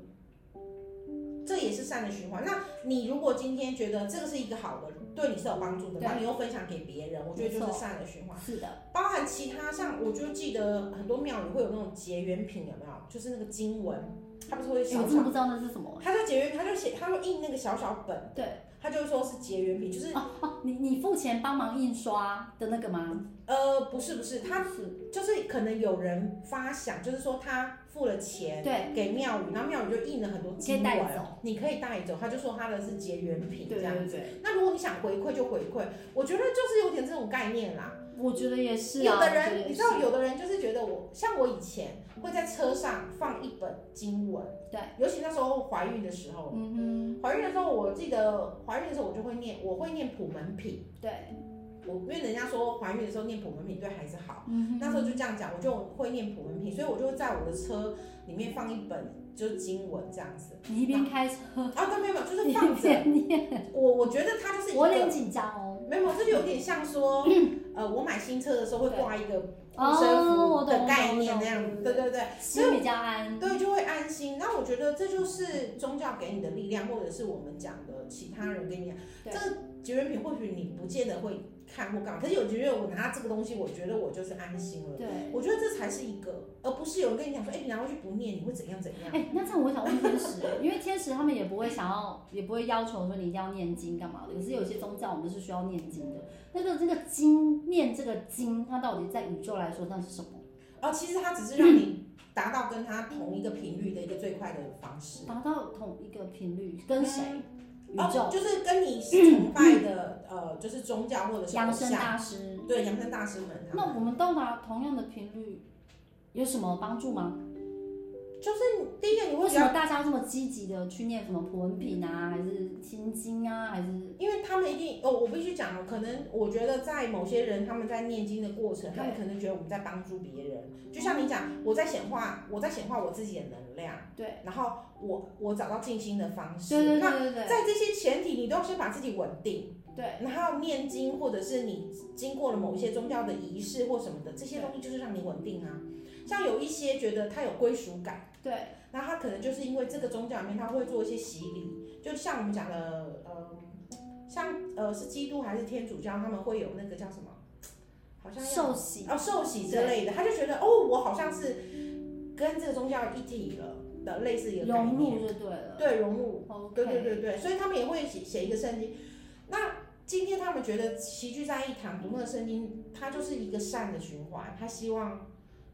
[SPEAKER 1] 这也是善的循环。那你如果今天觉得这个是一个好的，对你是有帮助的，
[SPEAKER 2] 对
[SPEAKER 1] 那你又分享给别人，我觉得就
[SPEAKER 2] 没
[SPEAKER 1] 是
[SPEAKER 2] 错
[SPEAKER 1] 善的循环。
[SPEAKER 2] 是的，
[SPEAKER 1] 包含其他像，我就记得很多庙宇会有那种结缘品，有没有？就是那个经文，它不是会
[SPEAKER 2] 哎我
[SPEAKER 1] 小
[SPEAKER 2] 真的
[SPEAKER 1] 小，
[SPEAKER 2] 不知道那是什么。
[SPEAKER 1] 它就结缘，它就写，它就印那个小小本，
[SPEAKER 2] 对，
[SPEAKER 1] 它就会说是结缘品，就是
[SPEAKER 2] 哦哦，你你付钱帮忙印刷的那个吗？
[SPEAKER 1] 呃，不是不是，它
[SPEAKER 2] 是，
[SPEAKER 1] 就是可能有人发想，就是说他付了钱，
[SPEAKER 2] 对，
[SPEAKER 1] 给庙宇，然后庙宇就印了很多
[SPEAKER 2] 可以
[SPEAKER 1] 经
[SPEAKER 2] 带
[SPEAKER 1] 文，
[SPEAKER 2] 走。
[SPEAKER 1] 你可以带走。他就说他的是结缘品这样。
[SPEAKER 2] 对，
[SPEAKER 1] 那如果你想回馈就回馈，我觉得就是有点这种概念啦。
[SPEAKER 2] 我觉得也是啊。
[SPEAKER 1] 有的
[SPEAKER 2] 我觉得也
[SPEAKER 1] 人
[SPEAKER 2] 是
[SPEAKER 1] 你知道，有的人就是觉得我像我以前会在车上放一本经文，
[SPEAKER 2] 对，
[SPEAKER 1] 尤其那时候怀孕的时候，
[SPEAKER 2] 嗯
[SPEAKER 1] 怀孕的时候我记得怀孕的时候我就会念，我会念普门品，
[SPEAKER 2] 哼，对，
[SPEAKER 1] 我因为人家说怀孕的时候念普门品对孩子好，
[SPEAKER 2] 嗯
[SPEAKER 1] 那时候就这样讲，我就会念普门品，所以我就在我的车里面放一本就是经文这样子。
[SPEAKER 2] 你一边开车
[SPEAKER 1] 啊，但没有，就是
[SPEAKER 2] 一
[SPEAKER 1] 放着。
[SPEAKER 2] 边念，
[SPEAKER 1] 我我觉得它就是一
[SPEAKER 2] 我有
[SPEAKER 1] 个
[SPEAKER 2] 点紧张哦。
[SPEAKER 1] 没有，这就有点像说，呃，我买新车的时候会挂一个护身
[SPEAKER 2] 哦，我
[SPEAKER 1] 符
[SPEAKER 2] 懂
[SPEAKER 1] 的概念那
[SPEAKER 2] 我懂嗯
[SPEAKER 1] 样子，对对对，
[SPEAKER 2] 心比较安。
[SPEAKER 1] 对就会安心。那我觉得这就是宗教给你的力量，或者是我们讲的其他人给你
[SPEAKER 2] 嗯对
[SPEAKER 1] 这个绝缘品，或许你不见得会看或干嘛，可是有觉得我拿这个东西，我觉得我就是安心了。
[SPEAKER 2] 对，
[SPEAKER 1] 我觉得这才是一个，而不是有人跟你讲说，哎、你拿回去不念，你会怎样怎样。
[SPEAKER 2] 哎，那这样我想问天使，欸因为天使他们也不会想要，也不会要求说你一定要念经干嘛的。可是有些宗教我们是需要念经的，那个这个经念这个经，它到底在宇宙来说那是什么？
[SPEAKER 1] 哦，其实它只是让你达到跟它同一个频率的一个最快的方式。
[SPEAKER 2] 达到同一个频率，跟谁？宇
[SPEAKER 1] 哦
[SPEAKER 2] 宙，
[SPEAKER 1] 就是跟你崇拜 的、呃，就是宗教或者是
[SPEAKER 2] 养
[SPEAKER 1] 偶
[SPEAKER 2] 生
[SPEAKER 1] 像，
[SPEAKER 2] 大师。
[SPEAKER 1] 对养生大师们啊他
[SPEAKER 2] 那
[SPEAKER 1] 们，
[SPEAKER 2] 我们到达同样的频率，有什么帮助吗？
[SPEAKER 1] 就是你第一个你会
[SPEAKER 2] 为
[SPEAKER 1] 比
[SPEAKER 2] 什么
[SPEAKER 1] 较，
[SPEAKER 2] 大家这么积极的去念什么普文品啊，还是心经啊，还是
[SPEAKER 1] 因为他们一定哦，我必须讲哦，可能我觉得在某些人他们在念经的过程，
[SPEAKER 2] 对
[SPEAKER 1] 他们可能觉得我们在帮助别人，就像你讲，我在显化，我在显化我自己的能量，
[SPEAKER 2] 对
[SPEAKER 1] 然后我我找到静心的方式，
[SPEAKER 2] 对对
[SPEAKER 1] 那。
[SPEAKER 2] 对对对
[SPEAKER 1] 在这些前提，你都要先把自己稳定，
[SPEAKER 2] 对，
[SPEAKER 1] 然后念经，或者是你经过了某一些宗教的仪式或什么的，这些东西就是让你稳定啊。像有一些觉得他有归属感。
[SPEAKER 2] 对
[SPEAKER 1] 那他可能就是因为这个宗教里面，他会做一些洗礼，就像我们讲的，呃，像呃是基督还是天主教，他们会有那个叫什么，好像要
[SPEAKER 2] 受洗
[SPEAKER 1] 哦受洗之类的，他就觉得哦，我好像是跟这个宗教一体了的类似一个概
[SPEAKER 2] 融入
[SPEAKER 1] 念，
[SPEAKER 2] 就对了。
[SPEAKER 1] 对融入，
[SPEAKER 2] OK，
[SPEAKER 1] 对对对对，所以他们也会写写一个圣经。那今天他们觉得齐聚在一堂读那个圣经，它就是一个善的循环，他希望。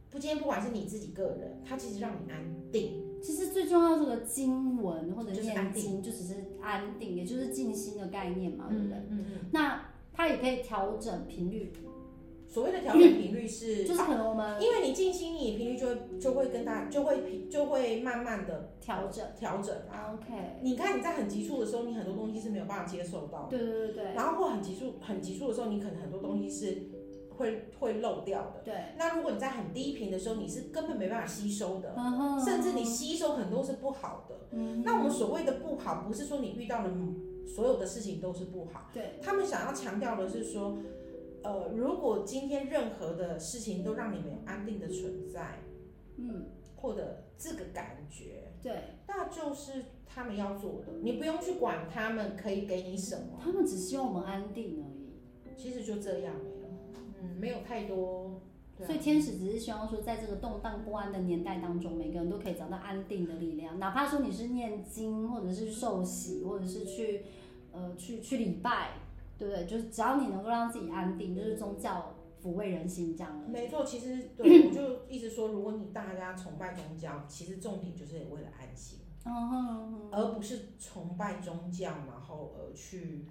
[SPEAKER 1] 不，今天不管是你自己个人，它其实让你安定，
[SPEAKER 2] 其实最重要这个经文或者
[SPEAKER 1] 就是
[SPEAKER 2] 念
[SPEAKER 1] 安定
[SPEAKER 2] 经，就只是安定，也就是静心的概念嘛，对不
[SPEAKER 1] 嗯
[SPEAKER 2] 对？
[SPEAKER 1] 嗯嗯。
[SPEAKER 2] 那它也可以调整频率，
[SPEAKER 1] 所谓的调整频率是，
[SPEAKER 2] 嗯就是可能我们
[SPEAKER 1] 因为你静心，你频率就会就会跟大就会频就会慢慢的
[SPEAKER 2] 调整。
[SPEAKER 1] 调整啊。
[SPEAKER 2] OK，
[SPEAKER 1] 你看你在很急促的时候，你很多东西是没有办法接受到的，
[SPEAKER 2] 对对对对
[SPEAKER 1] 然后或很急促很急促的时候，你可能很多东西是会会漏掉的。
[SPEAKER 2] 对，
[SPEAKER 1] 那如果你在很低频的时候，你是根本没办法吸收的，
[SPEAKER 2] 嗯哼
[SPEAKER 1] 甚至你吸收很多是不好的。
[SPEAKER 2] 嗯
[SPEAKER 1] 那我们所谓的不好，不是说你遇到了所有的事情都是不好。
[SPEAKER 2] 对
[SPEAKER 1] 他们想要强调的是说，呃，如果今天任何的事情都让你们有安定的存在，
[SPEAKER 2] 嗯
[SPEAKER 1] 或者这个感觉，
[SPEAKER 2] 对，
[SPEAKER 1] 那就是他们要做的，你不用去管他们可以给你什么，
[SPEAKER 2] 他们只希望我们安定而已。
[SPEAKER 1] 其实就这样了，嗯，没有太多，对啊
[SPEAKER 2] 所以天使只是希望说，在这个动荡不安的年代当中，每个人都可以找到安定的力量，哪怕说你是念经，或者是受洗，或者是去呃去去礼拜，对不对？就是只要你能够让自己安定，就是宗教抚慰人心这样而已。
[SPEAKER 1] 没错，其实 对我就一直说，如果你大家崇拜宗教，其实重点就是为了安心，
[SPEAKER 2] 嗯哼，
[SPEAKER 1] 而不是崇拜宗教，然后而去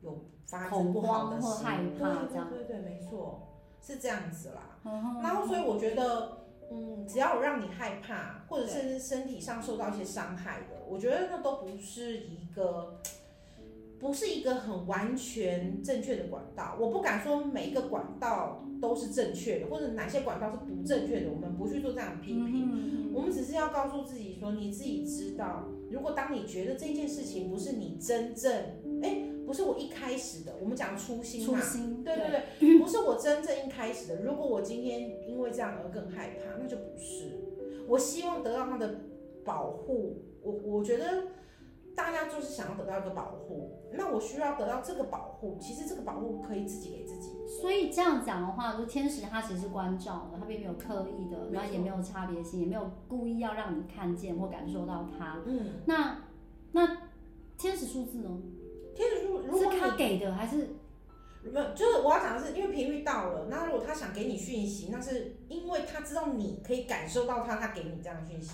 [SPEAKER 1] 有发生
[SPEAKER 2] 恐
[SPEAKER 1] 不好的
[SPEAKER 2] 慌或
[SPEAKER 1] 事，
[SPEAKER 2] 害怕这
[SPEAKER 1] 对
[SPEAKER 2] 样
[SPEAKER 1] 对对对，没错，是这样子啦。
[SPEAKER 2] 嗯哼
[SPEAKER 1] 然后所以我觉得，嗯，只要有让你害怕，或者是身体上受到一些伤害的，我觉得那都不是一个。不是一个很完全正确的管道，我不敢说每一个管道都是正确的，或者哪些管道是不正确的，我们不去做这样的批评。
[SPEAKER 2] 嗯
[SPEAKER 1] 我们只是要告诉自己说，你自己知道，如果当你觉得这件事情不是你真正，哎、不是我一开始的，我们讲初
[SPEAKER 2] 哼，
[SPEAKER 1] 心
[SPEAKER 2] 初
[SPEAKER 1] 嘛，
[SPEAKER 2] 心，
[SPEAKER 1] 对对对，不是我真正一开始的。如果我今天因为这样而更害怕，那就不是。我希望得到他的保护，我我觉得大家就是想要得到一个保护，那我需要得到这个保护，其实这个保护可以自己给自己。
[SPEAKER 2] 所以这样讲的话，就天使他其实是关照的，他并没有刻意的，
[SPEAKER 1] 没
[SPEAKER 2] 然后也
[SPEAKER 1] 错
[SPEAKER 2] 没有差别心，也没有故意要让你看见或感受到他。
[SPEAKER 1] 嗯，
[SPEAKER 2] 那那天使数字呢？
[SPEAKER 1] 天使如如
[SPEAKER 2] 是
[SPEAKER 1] 果你
[SPEAKER 2] 他给的还是
[SPEAKER 1] 没有，就是我要讲的是，因为频率到了，那如果他想给你讯息，那是因为他知道你可以感受到他，他给你这样的讯息。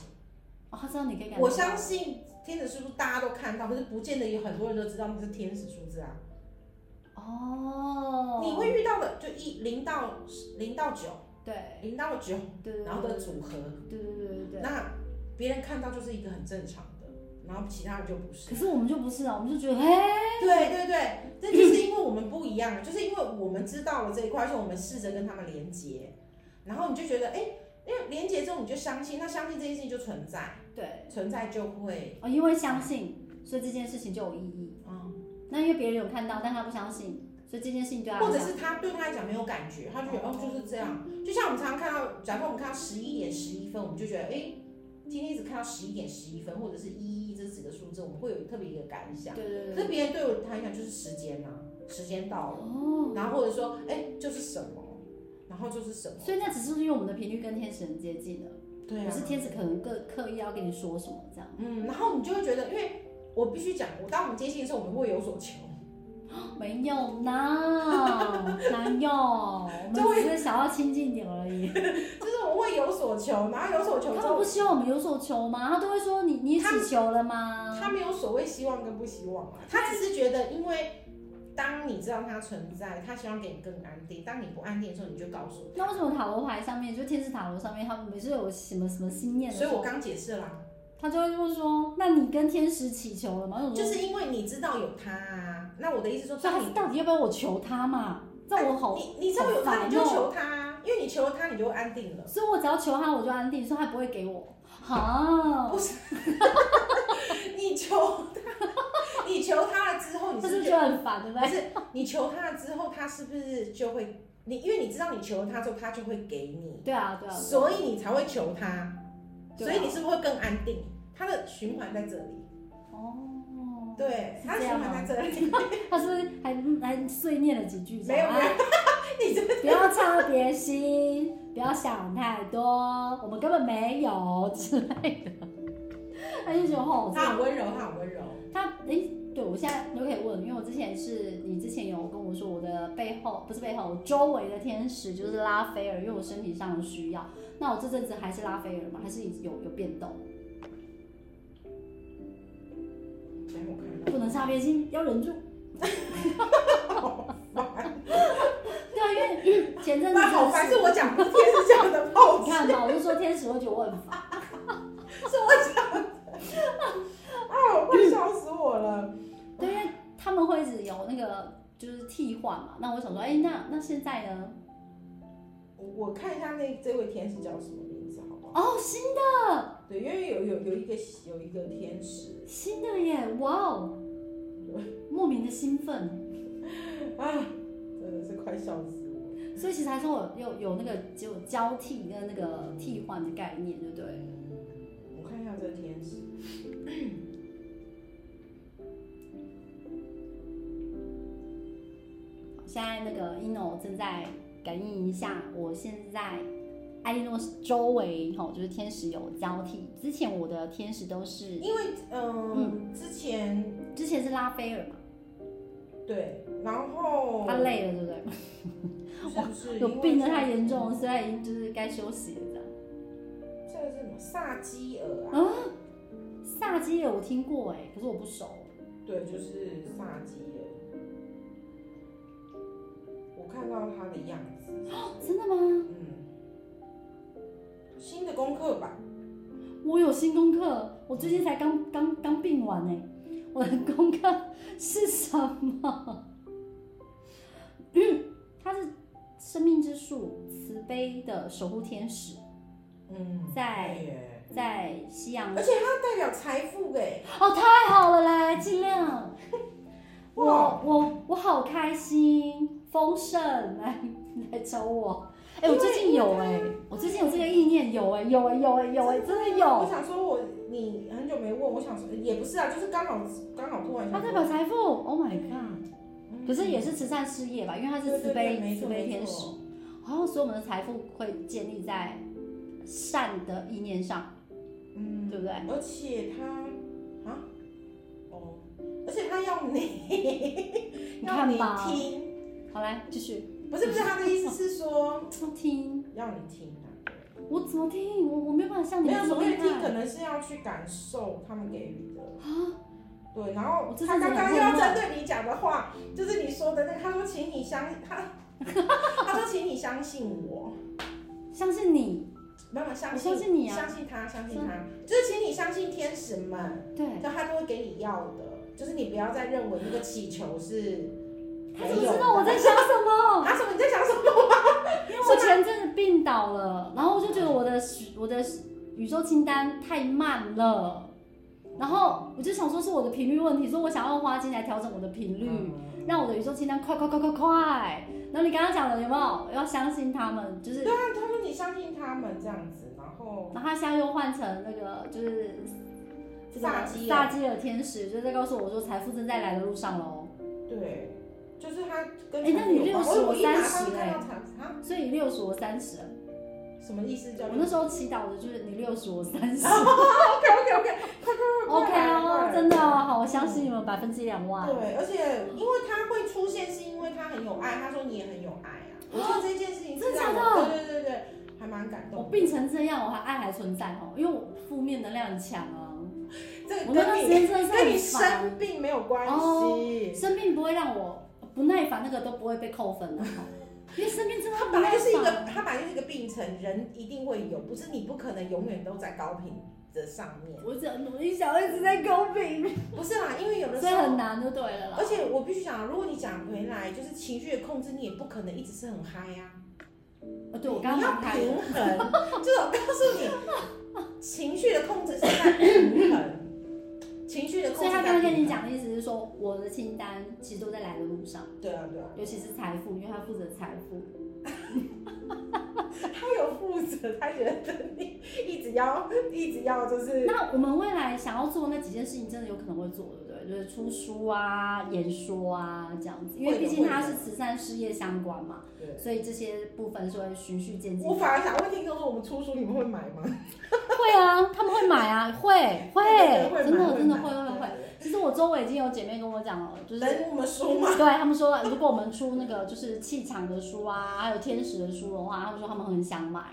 [SPEAKER 2] 哦？他知道你可以感觉到？
[SPEAKER 1] 我相信天使数字大家都看到，可是不见得有很多人都知道那是天使数字啊。
[SPEAKER 2] 哦，
[SPEAKER 1] 你会遇到的就一零到零到九，
[SPEAKER 2] 对
[SPEAKER 1] 零到九，
[SPEAKER 2] 对对，
[SPEAKER 1] 然后的
[SPEAKER 2] 对
[SPEAKER 1] 组合，
[SPEAKER 2] 对对对对对
[SPEAKER 1] 那别人看到就是一个很正常的。然后其他人就不是
[SPEAKER 2] 可。是我们就不是啊，我们就觉得，哎，
[SPEAKER 1] 对对对，这就是因为我们不一样， 就是因为我们知道了这一块，而且我们试着跟他们连接，然后你就觉得，哎，因为连接之后你就相信，那相信这件事情就存在，
[SPEAKER 2] 对，
[SPEAKER 1] 存在就会，
[SPEAKER 2] 哦，因为相信，所以这件事情就有意义。
[SPEAKER 1] 嗯，
[SPEAKER 2] 那因为别人有看到，但他不相信，所以这件事情对他啊来
[SPEAKER 1] 或者
[SPEAKER 2] 讲
[SPEAKER 1] 是他对他来讲没有感觉，他就觉得哦就是这样，就像我们常常看到，假设我们看到十一点十一分，我们就觉得，哎，今天一直看到十一点十一分，或者是一一这几个数字，我们会有特别一个感想。
[SPEAKER 2] 对对
[SPEAKER 1] 可
[SPEAKER 2] 对，
[SPEAKER 1] 是别人对我来讲就是时间呐、时间到了，
[SPEAKER 2] 哦，
[SPEAKER 1] 然后或者说，哎、就是什么，然后就是什么，
[SPEAKER 2] 所以那只是因为我们的频率跟天使很接近了，
[SPEAKER 1] 对啊，
[SPEAKER 2] 可是天使可能更刻意要跟你说什么这样。
[SPEAKER 1] 嗯，然后你就会觉得，因为我必须讲，我当我们接近的时候，我们会有所求，
[SPEAKER 2] 没有呢，哪有？我们
[SPEAKER 1] 就会
[SPEAKER 2] 只是想要亲近点而 已。
[SPEAKER 1] 就是我们会有所求，然后有所
[SPEAKER 2] 他
[SPEAKER 1] 求
[SPEAKER 2] 们
[SPEAKER 1] 之后，
[SPEAKER 2] 不希望我们有所求吗？他都会说你你
[SPEAKER 1] 他
[SPEAKER 2] 祈求了吗？
[SPEAKER 1] 他没有所谓希望跟不希望啊，他只是觉得，因为当你知道它存在，他希望给你更安定；当你不安定的时候，你就告诉
[SPEAKER 2] 那为什么塔罗牌上面，就天使塔罗上面，他们每次有什么什么心
[SPEAKER 1] 我。
[SPEAKER 2] 念的
[SPEAKER 1] 所
[SPEAKER 2] 时
[SPEAKER 1] 以
[SPEAKER 2] 候，
[SPEAKER 1] 我刚解释啦、
[SPEAKER 2] 他就会问说，那你跟天使祈求了吗？我想
[SPEAKER 1] 就
[SPEAKER 2] 说
[SPEAKER 1] 是因为你知道有它啊。那我的意思说，
[SPEAKER 2] 所以他
[SPEAKER 1] 当
[SPEAKER 2] 是
[SPEAKER 1] 你
[SPEAKER 2] 到底要不要我求他嘛？这样我好，
[SPEAKER 1] 你你知道有
[SPEAKER 2] 好
[SPEAKER 1] 它，
[SPEAKER 2] 烦
[SPEAKER 1] 你就
[SPEAKER 2] 哦
[SPEAKER 1] 求它啊，因为你求了它，你就会安定了。
[SPEAKER 2] 所以我只要求他，我就安定，所以他不会给我。好，
[SPEAKER 1] 你求他，你求他了之后，你
[SPEAKER 2] 这
[SPEAKER 1] 是不 是
[SPEAKER 2] 是不是觉得很烦，对不
[SPEAKER 1] 不
[SPEAKER 2] 对？
[SPEAKER 1] 是你求他了之后，他是不是就会你？因为你知道你求了他之后，他就会给你，
[SPEAKER 2] 对啊，对啊，
[SPEAKER 1] 所以你才会求他，
[SPEAKER 2] 对
[SPEAKER 1] 所
[SPEAKER 2] 啊
[SPEAKER 1] 以你是不是会更安定？它的循环在这里，
[SPEAKER 2] 啊哦，
[SPEAKER 1] 对，
[SPEAKER 2] 是
[SPEAKER 1] 它的
[SPEAKER 2] 这
[SPEAKER 1] 循
[SPEAKER 2] 样吗
[SPEAKER 1] 环在这里，
[SPEAKER 2] 他是不是还还碎念了几句？
[SPEAKER 1] 没有没有
[SPEAKER 2] 啊，
[SPEAKER 1] 你这
[SPEAKER 2] 不要差别心，不要想太多，我们根本没有之类的。他就觉得哦，这
[SPEAKER 1] 他很温柔，他很温柔，
[SPEAKER 2] 他诶，对我现在都可以问，因为我之前是你之前有跟我说我的背后不是背后，我周围的天使就是拉斐尔，因为我身体上的需要。那我这阵子还是拉斐尔吗？还是有有变动？
[SPEAKER 1] 来我看
[SPEAKER 2] 不能差别心，要忍住。对啊，因为前阵
[SPEAKER 1] 到，
[SPEAKER 2] 子
[SPEAKER 1] 那好烦，是我讲的天使讲的报
[SPEAKER 2] 你
[SPEAKER 1] 纸，
[SPEAKER 2] 看吧，我就说天使会觉得我很烦。
[SPEAKER 1] 是我讲的，哎，我快笑死我了，
[SPEAKER 2] 对，因为他们会一直有那个就是替换嘛。那我想说，哎、那那现在呢？
[SPEAKER 1] 我我看一下那这位天使叫什么名字，好不好？
[SPEAKER 2] 哦，新
[SPEAKER 1] 对，因为有有有一个有一个天使
[SPEAKER 2] 新的耶，哇哦，莫名的兴奋。
[SPEAKER 1] 啊，真的是快笑死我了。
[SPEAKER 2] 所以其实还是会有有有那个就交替跟那个替换的概念，对不对？
[SPEAKER 1] 我看一下这个天使，
[SPEAKER 2] 现在那个 ino 正在感应一下，我现在艾莉诺周围吼、就是天使有交替。之前我的天使都是，
[SPEAKER 1] 因为、嗯，之前
[SPEAKER 2] 之前是拉斐尔嘛，
[SPEAKER 1] 对，然后
[SPEAKER 2] 他累了，对不对？
[SPEAKER 1] 是不是
[SPEAKER 2] 有
[SPEAKER 1] 因为
[SPEAKER 2] 病的
[SPEAKER 1] 这个哦
[SPEAKER 2] 太严重了，所以他已经就是该休息了这样。
[SPEAKER 1] 这个是什么？萨基尔啊，
[SPEAKER 2] 啊，萨基尔我听过哎，可是我不熟。
[SPEAKER 1] 对，就是萨基尔。我看到他的样子，
[SPEAKER 2] 真的吗？
[SPEAKER 1] 嗯，新的功课吧，
[SPEAKER 2] 我有新功课，我最近才刚刚刚病完哎，我的功课是什么？嗯，它是生命之树慈悲的守护天使，
[SPEAKER 1] 嗯，
[SPEAKER 2] 在
[SPEAKER 1] 对耶
[SPEAKER 2] 在西洋
[SPEAKER 1] 而且他代表财富哎，
[SPEAKER 2] 哦，太好了啦，尽量。我
[SPEAKER 1] 哇
[SPEAKER 2] 我我好开心，丰盛来来找我。哎、我
[SPEAKER 1] 因为
[SPEAKER 2] 最近有哎、
[SPEAKER 1] 因为
[SPEAKER 2] 我最近有这个意念，有哎、有哎、有哎、有哎、真的
[SPEAKER 1] 我
[SPEAKER 2] 有。
[SPEAKER 1] 想说我你很久没问，我想说也不是啊，就是刚好刚好突然
[SPEAKER 2] 它
[SPEAKER 1] 想
[SPEAKER 2] 代
[SPEAKER 1] 说，
[SPEAKER 2] 表财富，Oh my god！
[SPEAKER 1] 嗯
[SPEAKER 2] 可是也是慈善事业吧，因为它是
[SPEAKER 1] 对
[SPEAKER 2] 慈
[SPEAKER 1] 对
[SPEAKER 2] 悲
[SPEAKER 1] 对没
[SPEAKER 2] 慈
[SPEAKER 1] 错
[SPEAKER 2] 悲
[SPEAKER 1] 没
[SPEAKER 2] 天使
[SPEAKER 1] 错，
[SPEAKER 2] 好像所以我们的财富会建立在善的意念上，
[SPEAKER 1] 嗯，
[SPEAKER 2] 对不对？
[SPEAKER 1] 而且他啊哦，而且他要你
[SPEAKER 2] 你
[SPEAKER 1] 要
[SPEAKER 2] 看
[SPEAKER 1] 你
[SPEAKER 2] 吧。
[SPEAKER 1] 听，
[SPEAKER 2] 好来继续
[SPEAKER 1] 不是不是他的意思是说
[SPEAKER 2] 听，
[SPEAKER 1] 要你听啊，
[SPEAKER 2] 我怎么听？我我没有办法像你
[SPEAKER 1] 没
[SPEAKER 2] 们
[SPEAKER 1] 有
[SPEAKER 2] 这
[SPEAKER 1] 所
[SPEAKER 2] 么厉
[SPEAKER 1] 谓听，可
[SPEAKER 2] 害
[SPEAKER 1] 能是要去感受他们给予的。
[SPEAKER 2] 啊！
[SPEAKER 1] 对，然后
[SPEAKER 2] 我这
[SPEAKER 1] 他
[SPEAKER 2] 阵子
[SPEAKER 1] 刚
[SPEAKER 2] 很
[SPEAKER 1] 刚又
[SPEAKER 2] 混
[SPEAKER 1] 要
[SPEAKER 2] 乱
[SPEAKER 1] 针对你讲的话，就是你说的那个，他说请你 相他，他说请你相信我，
[SPEAKER 2] 相信你，
[SPEAKER 1] 妈妈相
[SPEAKER 2] 我
[SPEAKER 1] 信，
[SPEAKER 2] 相信你啊
[SPEAKER 1] 相信他，相信
[SPEAKER 2] 真
[SPEAKER 1] 他，就是请你相信天使们，
[SPEAKER 2] 对，
[SPEAKER 1] 就他都会给你要的，就是你不要再认为那个祈求是
[SPEAKER 2] 他
[SPEAKER 1] 没
[SPEAKER 2] 怎么
[SPEAKER 1] 有
[SPEAKER 2] 知
[SPEAKER 1] 的
[SPEAKER 2] 道我在想什么？
[SPEAKER 1] 啊什么？你在想什么？
[SPEAKER 2] 因为我前阵子病倒了，然后我就觉得我的我的宇宙清单太慢了，然后我就想说是我的频率问题，说我想要花精来调整我的频率。
[SPEAKER 1] 嗯
[SPEAKER 2] 让我的宇宙清单快快快快快！然后你刚刚讲的有没有？要相信他们，就是，
[SPEAKER 1] 对啊，他们你相信他们这样子，然后
[SPEAKER 2] 然后他现在又换成那个就是这个
[SPEAKER 1] 萨基尔
[SPEAKER 2] 萨基尔天使，就在告诉我说财富正在来的路上喽。
[SPEAKER 1] 对，就是他跟
[SPEAKER 2] 哎那你
[SPEAKER 1] 有关
[SPEAKER 2] 60
[SPEAKER 1] 哦我我一打
[SPEAKER 2] 30
[SPEAKER 1] 开就看
[SPEAKER 2] 嘞
[SPEAKER 1] 到产啊，
[SPEAKER 2] 所以你六十我三十，
[SPEAKER 1] 什么意思？叫
[SPEAKER 2] 我那时候祈祷的就是你六十我三十
[SPEAKER 1] OK OK OK，快快快
[SPEAKER 2] ，OK
[SPEAKER 1] 快来快
[SPEAKER 2] 哦，
[SPEAKER 1] 来
[SPEAKER 2] 真的哦好，我相信你们百分之一两万。
[SPEAKER 1] 对，而且因为他会出现，是因为他很有爱。他说你也很有爱啊，我觉得这件事情是
[SPEAKER 2] 真的假
[SPEAKER 1] 让
[SPEAKER 2] 的
[SPEAKER 1] 我对对对对，还蛮感
[SPEAKER 2] 我
[SPEAKER 1] 动的。
[SPEAKER 2] 病成这样，我还爱还存在哦，因为我负面能量很强啊。
[SPEAKER 1] 这个
[SPEAKER 2] 我那段
[SPEAKER 1] 跟
[SPEAKER 2] 时
[SPEAKER 1] 你
[SPEAKER 2] 间真的是
[SPEAKER 1] 跟你
[SPEAKER 2] 很烦。
[SPEAKER 1] 生病没有关
[SPEAKER 2] 哦
[SPEAKER 1] 系，
[SPEAKER 2] 生病不会让我不耐烦，那个都不会被扣分的、 因为生病真的
[SPEAKER 1] 他
[SPEAKER 2] 很
[SPEAKER 1] 本
[SPEAKER 2] 不耐
[SPEAKER 1] 来就是一个
[SPEAKER 2] 烦。
[SPEAKER 1] 他本来就是一个病程，人一定会有，不是你不可能永远都在高频的上 面，
[SPEAKER 2] 我只努力想一直在公平，
[SPEAKER 1] 不是啦，因为有的时
[SPEAKER 2] 所以很
[SPEAKER 1] 候。
[SPEAKER 2] 难啊就对了啦
[SPEAKER 1] 而。且我必须讲，如果你讲回来，就是情绪的控制，你也不可能一直是很嗨呀、
[SPEAKER 2] 哦，对我刚刚
[SPEAKER 1] 你要
[SPEAKER 2] 开
[SPEAKER 1] 平衡，就是我告诉你，情绪的控制是在平衡，情绪的控
[SPEAKER 2] 所以
[SPEAKER 1] 制
[SPEAKER 2] 他
[SPEAKER 1] 在
[SPEAKER 2] 刚刚跟你
[SPEAKER 1] 平衡。
[SPEAKER 2] 讲的意思是说，我的清单其实都在来的路上，
[SPEAKER 1] 对啊，对啊，
[SPEAKER 2] 尤其是财富，因为他负责财富。
[SPEAKER 1] 他有负责，他觉得你一直要，一直要就是，
[SPEAKER 2] 那我们未来想要做那几件事情，真的有可能会做，对不对？就是出书啊、演说啊这样子，因为
[SPEAKER 1] 会的
[SPEAKER 2] 毕竟它
[SPEAKER 1] 会
[SPEAKER 2] 是
[SPEAKER 1] 的
[SPEAKER 2] 慈善事业相关嘛，
[SPEAKER 1] 对
[SPEAKER 2] 所以这些部分是会循序渐进。
[SPEAKER 1] 我反而想问听众说，我们出书你们会买吗？
[SPEAKER 2] 会啊，他们会买啊，会会
[SPEAKER 1] 对，会买
[SPEAKER 2] 真的真的会
[SPEAKER 1] 买
[SPEAKER 2] 会会。
[SPEAKER 1] 对
[SPEAKER 2] 其实我周围已经有姐妹跟我讲了，就
[SPEAKER 1] 对
[SPEAKER 2] 是
[SPEAKER 1] 等我们书吗？
[SPEAKER 2] 对他们说，如果我们出那个就是气场的书啊，还有天使的书的话，他们说他们很想买。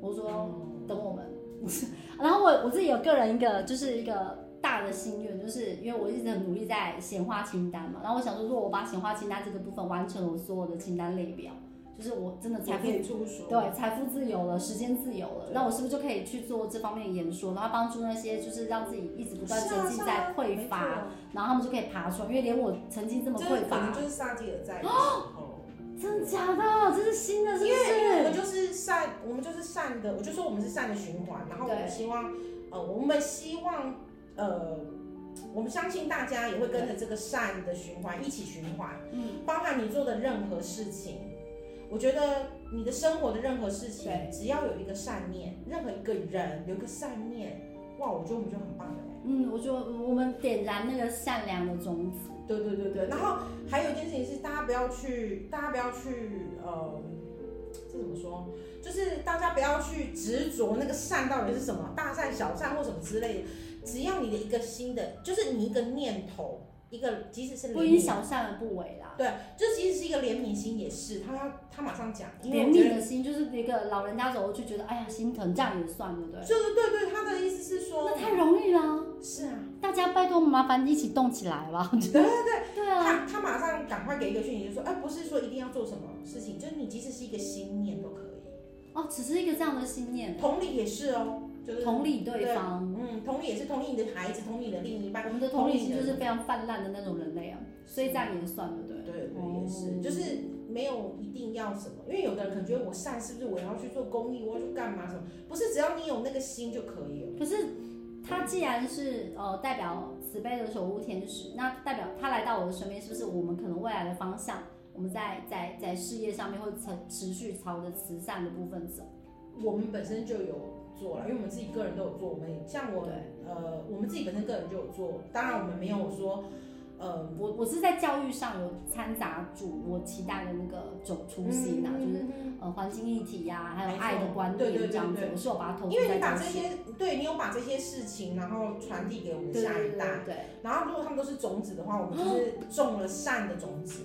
[SPEAKER 2] 我说等我们。 然后我我自己有个人一个就是一个大的心愿，就是因为我一直很努力在显化清单嘛，然后我想说，如果我把显化清单这个部分完成了我所有的清单列表，就是我真的
[SPEAKER 1] 也
[SPEAKER 2] 才
[SPEAKER 1] 可以出书，
[SPEAKER 2] 对，财富自由了，时间自由了，那我是不是就可以去做这方面的演说，然后帮助那些就是让自己一直不断
[SPEAKER 1] 是啊
[SPEAKER 2] 沉浸在匮乏，，然后他们就可以爬出来，因为连我曾经这么
[SPEAKER 1] 是啊没错
[SPEAKER 2] 匮
[SPEAKER 1] 这可能
[SPEAKER 2] 乏，
[SPEAKER 1] 就是萨基尔在的时候。
[SPEAKER 2] 真的假的？这是新的，是不
[SPEAKER 1] 因为我们
[SPEAKER 2] 是？
[SPEAKER 1] 就是善，我们就是善的，我就说我们是善的循环，然后我
[SPEAKER 2] 对
[SPEAKER 1] 们希望，呃，我们希望，呃，我们相信大家也会跟着这个善的循环一起循环，
[SPEAKER 2] 嗯，
[SPEAKER 1] 包含你做的任何事情，我觉得你的生活的任何事情
[SPEAKER 2] 对，
[SPEAKER 1] 只要有一个善念，任何一个人有一个善念，哇，我觉得我们就很棒了、欸。
[SPEAKER 2] 嗯，我就我们点燃那个善良的种子，
[SPEAKER 1] 对对对对，然后还有一件事情是，大家不要去，大家不要去，呃，这怎么说？就是大家不要去执着那个善到底是什么，大善小善或什么之类的。只要你的一个新的，就是你一个念头，一个即使是
[SPEAKER 2] 不
[SPEAKER 1] 怜
[SPEAKER 2] 因
[SPEAKER 1] 悯，
[SPEAKER 2] 小善而不为啦。
[SPEAKER 1] 对，就即使是一个怜悯心也是，他要他马上讲，因为
[SPEAKER 2] 怜
[SPEAKER 1] 我觉
[SPEAKER 2] 悯
[SPEAKER 1] 得，
[SPEAKER 2] 的心就是一个老人家走过去觉得，哎呀心疼，这样也算对不对？
[SPEAKER 1] 就是对对，他的意思是
[SPEAKER 2] 那
[SPEAKER 1] 说，
[SPEAKER 2] 太容易了，
[SPEAKER 1] 是啊，
[SPEAKER 2] 大家拜托麻烦一起动起来吧。
[SPEAKER 1] 对对对。
[SPEAKER 2] 对啊，
[SPEAKER 1] 他他马上赶快给一个讯息，就说，哎、不是说一定要做什么事情，就是你即使是一个心念都可以。
[SPEAKER 2] 哦，只是一个这样的信念，
[SPEAKER 1] 同理也是哦，就是
[SPEAKER 2] 同理对方。
[SPEAKER 1] 嗯，同理也是同理你的孩子，同理你的另一半，
[SPEAKER 2] 我们的同理心就是非常泛滥的那种人类啊，所以这哦样也算了，对
[SPEAKER 1] 对
[SPEAKER 2] 不对？
[SPEAKER 1] 对也是，就是没有一定要什么，因为有的人可能觉得我善是不是我要去做公益，我要去干嘛什么？不是，只要你有那个心就可以了。
[SPEAKER 2] 可是他既然是呃代表慈悲的守护天使，那代表他来到我的身边，是不是我们可能未来的方向，我们在在在事业上面会持持续朝着慈善的部分走？
[SPEAKER 1] 我们本身就有做了，因为我们自己个人都有做，我们像我
[SPEAKER 2] 对，
[SPEAKER 1] 呃，我们自己本身个人就有做，当然我们没有说，呃，
[SPEAKER 2] 我我是在教育上有掺杂住我期待的那个种初心啊，就是呃环境议题呀、还有
[SPEAKER 1] 嗯没错
[SPEAKER 2] 爱的观
[SPEAKER 1] 对对
[SPEAKER 2] 念
[SPEAKER 1] 对
[SPEAKER 2] 这样子
[SPEAKER 1] 对，
[SPEAKER 2] 我是有把它投
[SPEAKER 1] 因
[SPEAKER 2] 射
[SPEAKER 1] 为
[SPEAKER 2] 在
[SPEAKER 1] 你把
[SPEAKER 2] 当
[SPEAKER 1] 这
[SPEAKER 2] 时。
[SPEAKER 1] 些，对你有把这些事情，然后传递给我们
[SPEAKER 2] 对
[SPEAKER 1] 下
[SPEAKER 2] 对
[SPEAKER 1] 一
[SPEAKER 2] 对
[SPEAKER 1] 代，
[SPEAKER 2] 对对。
[SPEAKER 1] 然后如果他们都是种子的话，我们就是种了善的种子。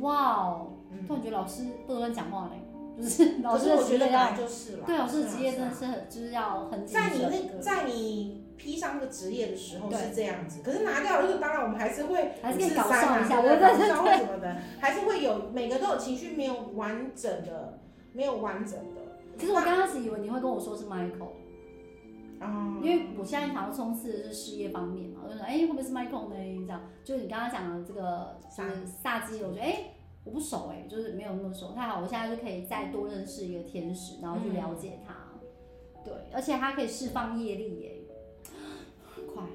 [SPEAKER 2] 哇哦！
[SPEAKER 1] 嗯
[SPEAKER 2] 突然觉得老师不能乱讲话嘞，就是 老
[SPEAKER 1] 可
[SPEAKER 2] 师
[SPEAKER 1] 是
[SPEAKER 2] 的
[SPEAKER 1] 我觉得
[SPEAKER 2] 职业
[SPEAKER 1] 本来
[SPEAKER 2] 要
[SPEAKER 1] 就是了。
[SPEAKER 2] 对老师的
[SPEAKER 1] 是啊
[SPEAKER 2] 职业
[SPEAKER 1] 是
[SPEAKER 2] 真
[SPEAKER 1] 啊
[SPEAKER 2] 的是很就是要很谨
[SPEAKER 1] 在你
[SPEAKER 2] 慎
[SPEAKER 1] 那在你披上那个职业的时候
[SPEAKER 2] 对
[SPEAKER 1] 是这样子，可是拿掉了，就当然我们还是会
[SPEAKER 2] 还是可以搞
[SPEAKER 1] 五四三
[SPEAKER 2] 笑
[SPEAKER 1] 啊
[SPEAKER 2] 一下，
[SPEAKER 1] 对
[SPEAKER 2] 对
[SPEAKER 1] 对
[SPEAKER 2] 对
[SPEAKER 1] 搞笑
[SPEAKER 2] 对对。
[SPEAKER 1] 或什么的，还是会有每个都有情绪没有完整的没有完整的
[SPEAKER 2] 其实我刚开始以为你会跟我说是 Michael，
[SPEAKER 1] 啊
[SPEAKER 2] 因为我现在想要冲刺的是事业方面嘛，我就想，哎、会不会是 Michael 呢？这样，就是你刚刚讲的这个，就是萨基，我觉得，哎、我不熟哎、就是没有那么熟。太好，我现在就可以再多认识一个天使，然后去了解他。
[SPEAKER 1] 嗯
[SPEAKER 2] 对，而且他可以释放业力耶、快！
[SPEAKER 1] 啊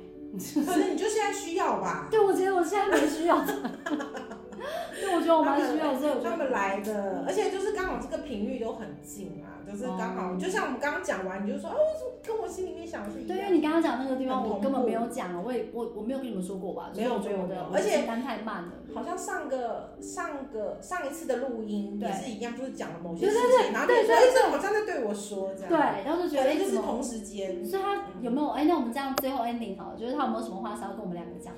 [SPEAKER 1] 可能你就现在需要吧。
[SPEAKER 2] 对，我觉得我现在蛮需要的，对，我觉得我蛮需要的，所以我觉
[SPEAKER 1] 他
[SPEAKER 2] 得
[SPEAKER 1] 们来的，而且就是刚好这个频率都很近啊，就是刚好，就像我们刚刚讲完，你就说哦，跟我心里面想的是一
[SPEAKER 2] 对，因
[SPEAKER 1] 样。
[SPEAKER 2] 为你刚刚讲那个地方，
[SPEAKER 1] 很
[SPEAKER 2] 我
[SPEAKER 1] 同
[SPEAKER 2] 根本
[SPEAKER 1] 步
[SPEAKER 2] 没有讲，啊我也我我没有跟你们说过吧？
[SPEAKER 1] 没有
[SPEAKER 2] 就是我
[SPEAKER 1] 没
[SPEAKER 2] 觉
[SPEAKER 1] 有
[SPEAKER 2] 得
[SPEAKER 1] 没有
[SPEAKER 2] 我的
[SPEAKER 1] 而且
[SPEAKER 2] 清单太慢了。
[SPEAKER 1] 好像上个上个上一次的录音
[SPEAKER 2] 对
[SPEAKER 1] 也是一样，就是讲了某些
[SPEAKER 2] 对
[SPEAKER 1] 事
[SPEAKER 2] 对
[SPEAKER 1] 情，然后你
[SPEAKER 2] 对
[SPEAKER 1] 说
[SPEAKER 2] 对
[SPEAKER 1] 哎，这好像在对我说这样。
[SPEAKER 2] 对，然后就觉得
[SPEAKER 1] 可
[SPEAKER 2] 哎，
[SPEAKER 1] 能就
[SPEAKER 2] 怎
[SPEAKER 1] 是
[SPEAKER 2] 么？
[SPEAKER 1] 同时间。
[SPEAKER 2] 所以他有没有？哎，那我们这样最后 ending 好了，就是他有没有什么话想要跟我们两个讲？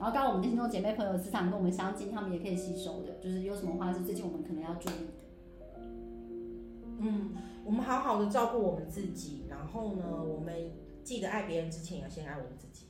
[SPEAKER 2] 然后刚刚我们的听众姐妹朋友时常跟我们相近，他们也可以吸收的，就是有什么话是最近我们可能要注意的。
[SPEAKER 1] 嗯，我们好好的照顾我们自己，然后呢，我们记得爱别人之前要先爱我们自己。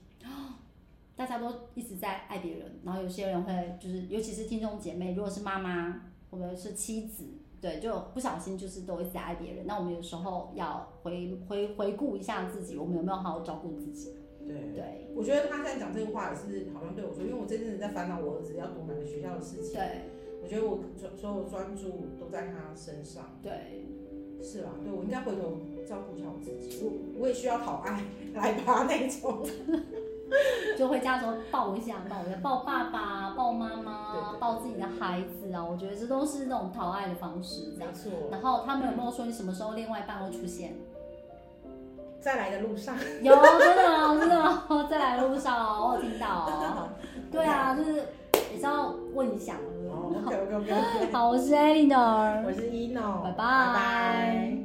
[SPEAKER 2] 大家都一直在爱别人，然后有些人会就是，尤其是听众姐妹，如果是妈妈或者是妻子，对，就不小心就是都一直在爱别人。那我们有时候要回回回顾一下自己，我们有没有好好照顾自己？
[SPEAKER 1] 对，
[SPEAKER 2] 对
[SPEAKER 1] 我觉得他现在讲这个话也是好像对我说，因为我这阵子在烦恼我儿子要读哪个学校的事情，
[SPEAKER 2] 对
[SPEAKER 1] 我觉得我所所有专注都在他身上。
[SPEAKER 2] 对，
[SPEAKER 1] 是啊，对我应该回头照顾一下我自己，我我也需要讨爱来吧那种。
[SPEAKER 2] 就回家的时候抱一下，抱一下，啊抱爸爸，抱妈妈，
[SPEAKER 1] 对
[SPEAKER 2] 抱自己的孩子啊，我觉得这都是那种讨爱的方式，这样。
[SPEAKER 1] 错，
[SPEAKER 2] 然后他们有没有说你什么时候另外一半会出现？
[SPEAKER 1] 在来的路上，
[SPEAKER 2] 有，真的哦，真的哦，在来的路上哦，我有听到哦。对啊，就是也是要问一下。
[SPEAKER 1] 哦，OK OK OK，
[SPEAKER 2] 好，我是 Eleanor，
[SPEAKER 1] 我是 Eno，
[SPEAKER 2] 拜
[SPEAKER 1] 拜
[SPEAKER 2] 拜
[SPEAKER 1] 拜